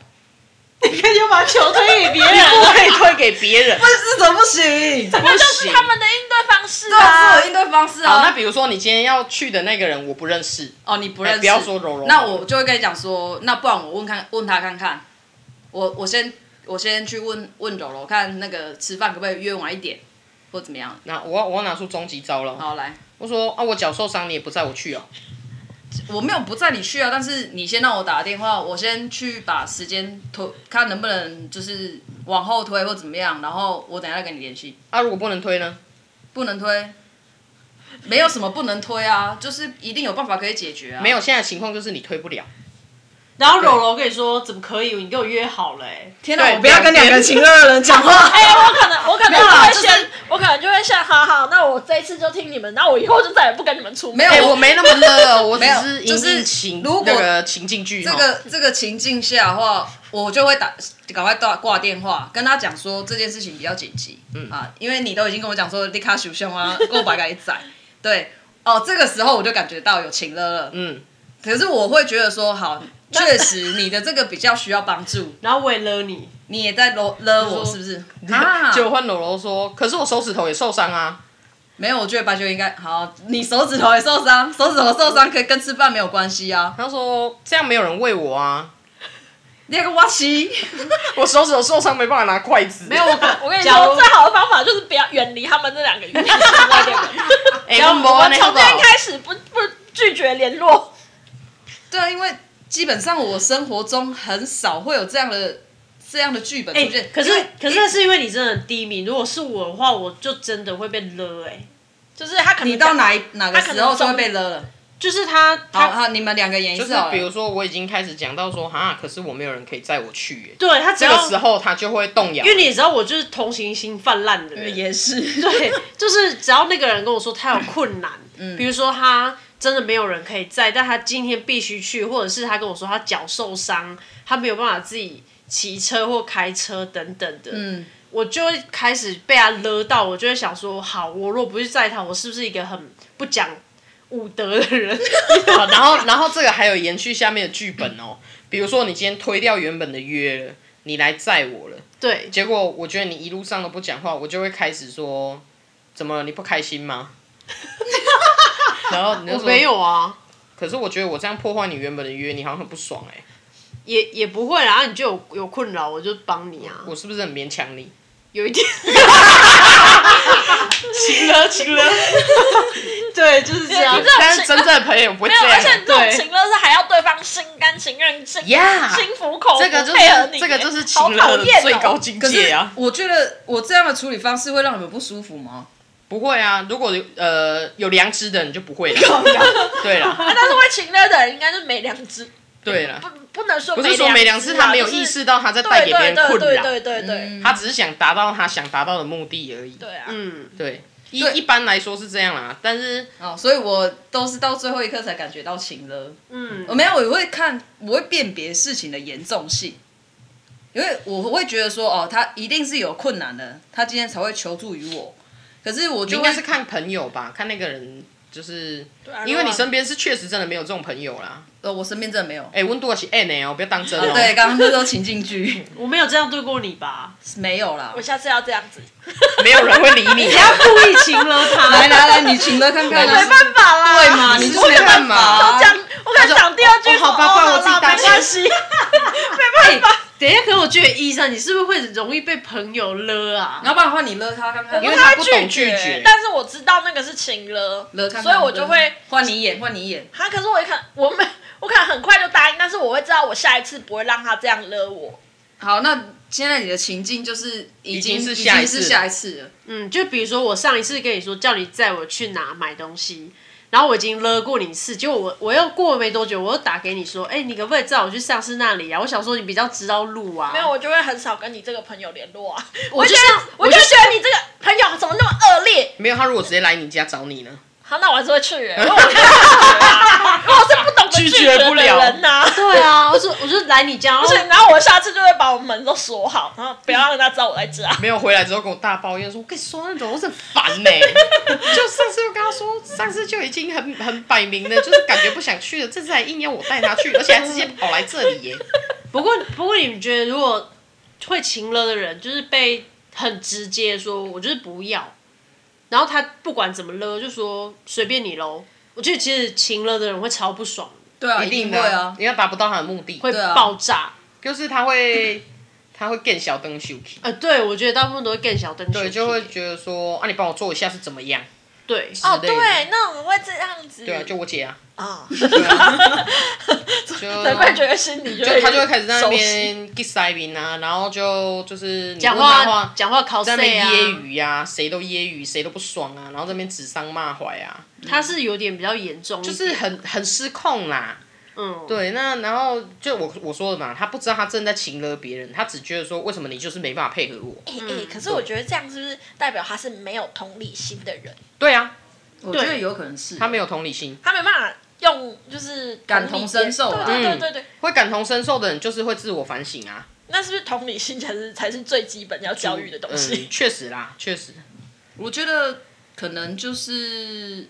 你看就把球推给别人不可以啊推给 *laughs* 别人，是怎么不行？这不就是啊行。他们的应对方式是啊我。应对方式好，那啊。比如说你今天要去的那个人我不认识，哦，你不认识，哎不要说柔柔那我就会跟你讲说，那不然我问看问他看看，我我先我先去问问柔柔看那个吃饭可不可以约晚一点，或怎么样？那我要我要拿出终极招了。好来，我说啊，我脚受伤，你也不载我去哦。我没有不载你去啊，但是你先让我打个电话，我先去把时间推，看能不能就是往后推或怎么样，然后我等一下再跟你联系。啊，如果不能推呢？不能推，没有什么不能推啊，就是一定有办法可以解决啊。没有，现在情况就是你推不了。 *laughs* 然后柔柔跟你说怎么可以？你给我约好了哎、天对哪，我不要跟两个情热的人讲话。哎、我可能我可能有就啦会就是先，我可能就会先，好好，那我这一次就听你们，那我以后就再也不跟你们出门。没有哎、 *laughs* 我没那么热，我只没有是就因是应情如果那个情境剧这哈。个这个情境下的话，我就会打赶快挂挂电话，跟他讲说这件事情比较紧急，嗯啊，因为你都已经跟我讲说你卡属凶啊，给我把给宰，对哦，这个时候我就感觉到有情了了，嗯，可是我会觉得说好，确实你的这个比较需要帮助， *laughs* 然后为了你，你也在勒勒我是不是？ *laughs* 啊，就换柔柔说，可是我手指头也受伤啊。没有，我觉得白球应该好，你手指头也受伤， *laughs* 手指头受伤可以跟吃饭没有关系啊，他说这样没有人喂我啊，你那个挖西，我手指头受伤没办法拿筷子。没没有我跟我跟你假说，如最好的方法就是不要远离他们这两个语言外地人。 *laughs* 哎、然我后我们们从今天开始不不拒绝联络。 *laughs* 对啊，因为基本上我生活中很少会有这样的这样的剧本哎、出现。可因是为可是那是因为你真的很低迷。如果是我的话，我就真的会被勒哎、就是他可能你到哪一哪个可能时候就中会被勒了？就是他好，他好，你们两个演一就是次好了。比如说，我已经开始讲到说，哈，可是我没有人可以载我去耶。对他只这啊要个时候他就会动 *laughs* 摇，因为你也知道我就是同情心泛滥的人，呃也是，对，就是只要那个人跟我说他有困难，比如说他真的没有人可以载，但他今天必须去，或者是他跟我说他脚受伤，他没有办法自己骑车或开车等等的，嗯，我就会开始被他勒到，我就会想说，好，我如果不去载他，我是不是一个很不讲武德的 *laughs* 人？好然后然后这个还有延续下面的剧本哦，比如说你今天推掉原本的约了，你来载我了，对，结果我觉得你一路上都不讲话，我就会开始说，怎么了？你不开心吗？ *laughs* 然后你就我说没，有啊，可是我觉得我这样破坏你原本的约，你好像很不爽哎、也也不会啦，啊你就有有困扰，我就帮你啊，我是不是很勉强你？有一点。行了，行了， *laughs* 对，就是这样你知。道但是真正的朋友不会没有，这而且样这。种对情乐是还要对方心甘情愿、心 Yeah 心服口服这个就配合是你耶，这个就是好情讨乐的厌哦哦最高境可是界啊！我觉得我这样的处理方式会让你们不舒服吗？不会啊，如果有呃有良知的你就不会 *laughs* 了。对了，但是会情乐的人应该是没良知，对了不，不能说不是说没良知，啊他没有就是意识到他在带给对别对人对困对扰，对对对他只是想达到他想达到的目的而已。对啊！ *laughs* 嗯，对，一对一般来说是这样啦，但是哦，所以我都是到最后一刻才感觉到情了。嗯我没有，我会看，我会辨别事情的严重性，因为我会觉得说，哦，他一定是有困难的，他今天才会求助于我。可是我你就应会该是看朋友吧，看那个人就是，啊因为你如果身边是确实真的没有这种朋友啦。呃，我身边真的没有。哎，温度是 N 哦，不要当真哦。啊对，，刚刚不是说情境剧 *laughs* 我没有这样对过你吧？没有啦我。下次要这样子， *laughs* 没有人会理你啊你。要故意情了他，来来来，你情了看看没啊。办法啦，对嘛，你你就是没是办干法嘛啊。讲我可能讲第二句哦好吧说不然我哦自己好啦打没架关系， *laughs* 等一下，哎可我觉得医生，你是不是会容易被朋友勒啊？然后不然的话，你勒他看看，因为他他不懂拒拒绝绝，但是我知道那个是情了，勒看看，所以我就会换你演，换你演。他可是我也可我没我可能很快就答应，但是我会知道我下一次不会让他这样勒我。好，那现在你的情境就是已经已经是已下一次是下一次了，嗯，就比如说我上一次跟你说叫你载我去哪买东西，然后我已经勒过你一次，结果我我又过了没多久，我又打给你说，哎、你可不可以载我去上司那里啊？我想说你比较知道路啊。没有，我就会很少跟你这个朋友联络啊。我就觉得像，我就觉得你这个朋友怎么那么恶劣？没有他如果直接来你家找你呢？好，那我还是会去耶， *laughs* 因为我是不懂拒绝啊因为我是不懂得拒绝的人呐、啊。对啊，我说我就来你家，然不后是，然后我下次就会把我门都锁好，然后不要让他知道我在啊家。没有回来之后跟我大抱怨说，我跟你说那种我是很烦呢、 *laughs* 就上次就跟他说，上次就已经很很摆明了，就是感觉不想去了，这次还硬要我带他去，而且还直接跑来这里耶、不过，不过你们觉得，如果会情了的人，就是被很直接说，我就是不要，然后他不管怎么勒，就说随便你喽。我觉得其实情了的人会超不爽，对啊，一定会的啊。因为达不到他的目的，会对啊爆炸。就是他会他会更小灯羞气，呃，对，我觉得大部分都会更小灯球对，皮就会觉得说啊，你帮我做一下是怎么样？对，哦对，那我会这样子。对啊，就我姐啊，啊， *laughs* 对啊就难怪觉得心里就就他就会开始在那熟悉边给塞宾啊，然后就就是你讲问他话讲话考在试那边啊，揶揄呀，谁都揶揄，谁都不爽啊，然后在那边指桑骂槐啊，他是有点比较严重一就点，是很很失控啦。嗯，对，那然后就我我说的嘛，他不知道他正在情勒别人，他只觉得说为什么你就是没办法配合我？哎、欸可是我觉得这样是不是代表他是没有同理心的人？对啊，我觉得有可能是他没有同理心，他没办法用就是感同身受啊啦对对对对对，会感同身受的人就是会自我反省啊。那是不是同理心才是才是最基本要教育的东嗯，西？确实啦，确实。我觉得可能就是，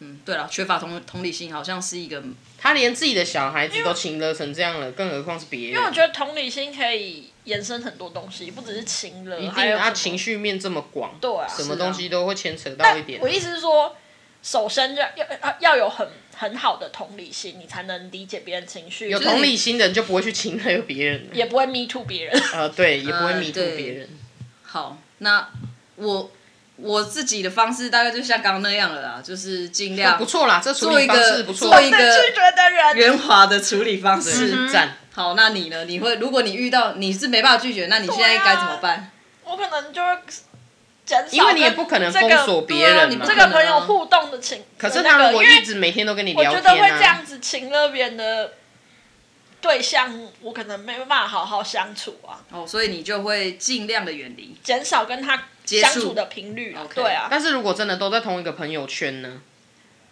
嗯，对了，缺乏同同理心好像是一个，他连自己的小孩子都情勒成这样了，更何况是别人？因为我觉得同理心可以延伸很多东西，不只是情了，一还定啊有他什么情。绪面这么广，对啊什么东西都会牵扯到但一点我。意思是说，首先要要要要有很很好的同理心，你才能理解别人情绪，有就是同理心的人就不会去情勒别人了，也不会 me too 别 *laughs* 人。呃，对，也不会迷呃住对别人。好，那我我自己的方式大概就像刚刚那样了啦，就是尽那量不错啦，这处理方式不错做，一个 *laughs* 最拒绝的人，圆滑的处理方式。是嗯赞。嗯好，那你呢？你会如果你遇到你是没办法拒绝，那你现在该怎么办？我可能就会减少，因为你也不可能封锁别人嘛。不这可个能朋友啊互动的情，可可是那他个如果因为一直每天都跟你我聊觉天得会这啊样，子请了别人的对象，我可能没办法好好相处啊，哦，所以你就会尽量的远离。减少跟他接相触处的频率啊。 OK 对啊，但是如果真的都在同一个朋友圈呢？啊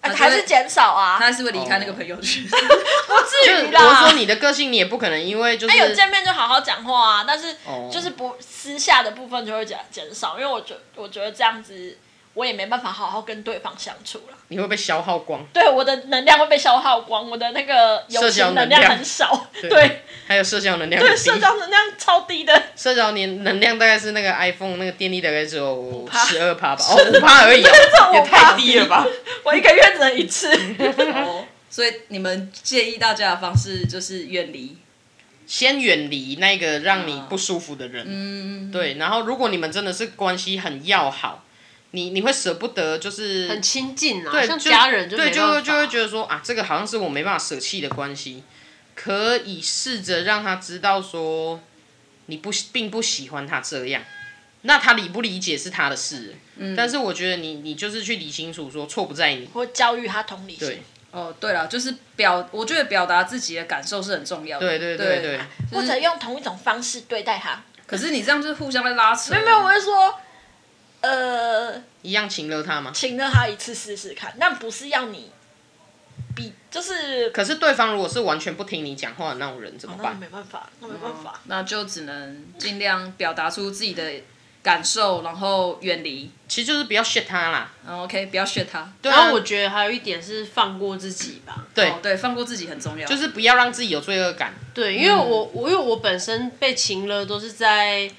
那就还会是减少啊。他是会离开那个朋友圈，就至是于我啦说，你的个性，你也不可能因为就是哎，有 *laughs* 见面就好好讲话啊，但是哦就是不私下的部分就会减减少，因为我觉我觉得这样子我也没办法好好跟对方相处了。你会被消耗光，对，我的能量会被消耗光，我的那个友社交情能量量很少，对 *laughs* 还有社交能量很对，低，社交能量超低的。 *laughs* 社交年能量大概是那个 iPhone 那个电力大概只有趴十二趴吧，哦五趴而已、哦，也太低了吧？ *laughs* 我一个月只能一 *laughs* 次，哦，所以你们建议大家的方式就是远离。先远离那个让你不舒服的人，嗯，对。然后如果你们真的是关系很要好，你你会舍不得，就是很亲近啊，对像就家人就对，没就办法会就会觉得说啊，这个好像是我没办法舍弃的关系，可以试着让他知道说你不并不喜欢他这样。那他理不理解是他的事，嗯但是我觉得你你就是去理清楚说错不在你，我教育他同理对心，哦，对了，就是表，我觉得表达自己的感受是很重要的。对对对对，就或是者用同一种方式对待他。可是你这样就是互相在拉扯。没有啊没有，我是说，呃，一样请了他吗？请了他一次试试看，但不是要你比，就是可是对方如果是完全不听你讲话的那种人怎么哦那办？没办法，那没办法。那就只能尽量表达出自己的感受，然后远离。其实就是不要 shit 他啦。嗯，OK，不要炫他。对然啊，后我觉得还有一点是放过自己吧，对哦，对，放过自己很重要。就是不要让自己有罪恶感。对，因为我我因为我本身被情了都是在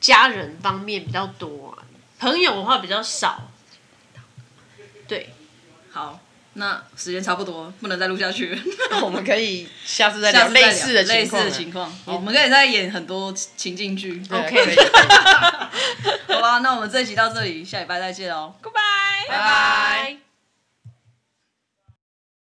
家人方面比较多、啊，朋友的话比较少。对，好，那时间差不多，不能再录下 *laughs* 去。 *laughs* 我们可以 *laughs* 下次再下聊次再类聊似的类情似况啊。啊的情况，我们可以再演很多情境剧。对 OK 可以可以好吧，那我们这一集到这里，下礼拜再见哦，*laughs* Goodbye。拜拜。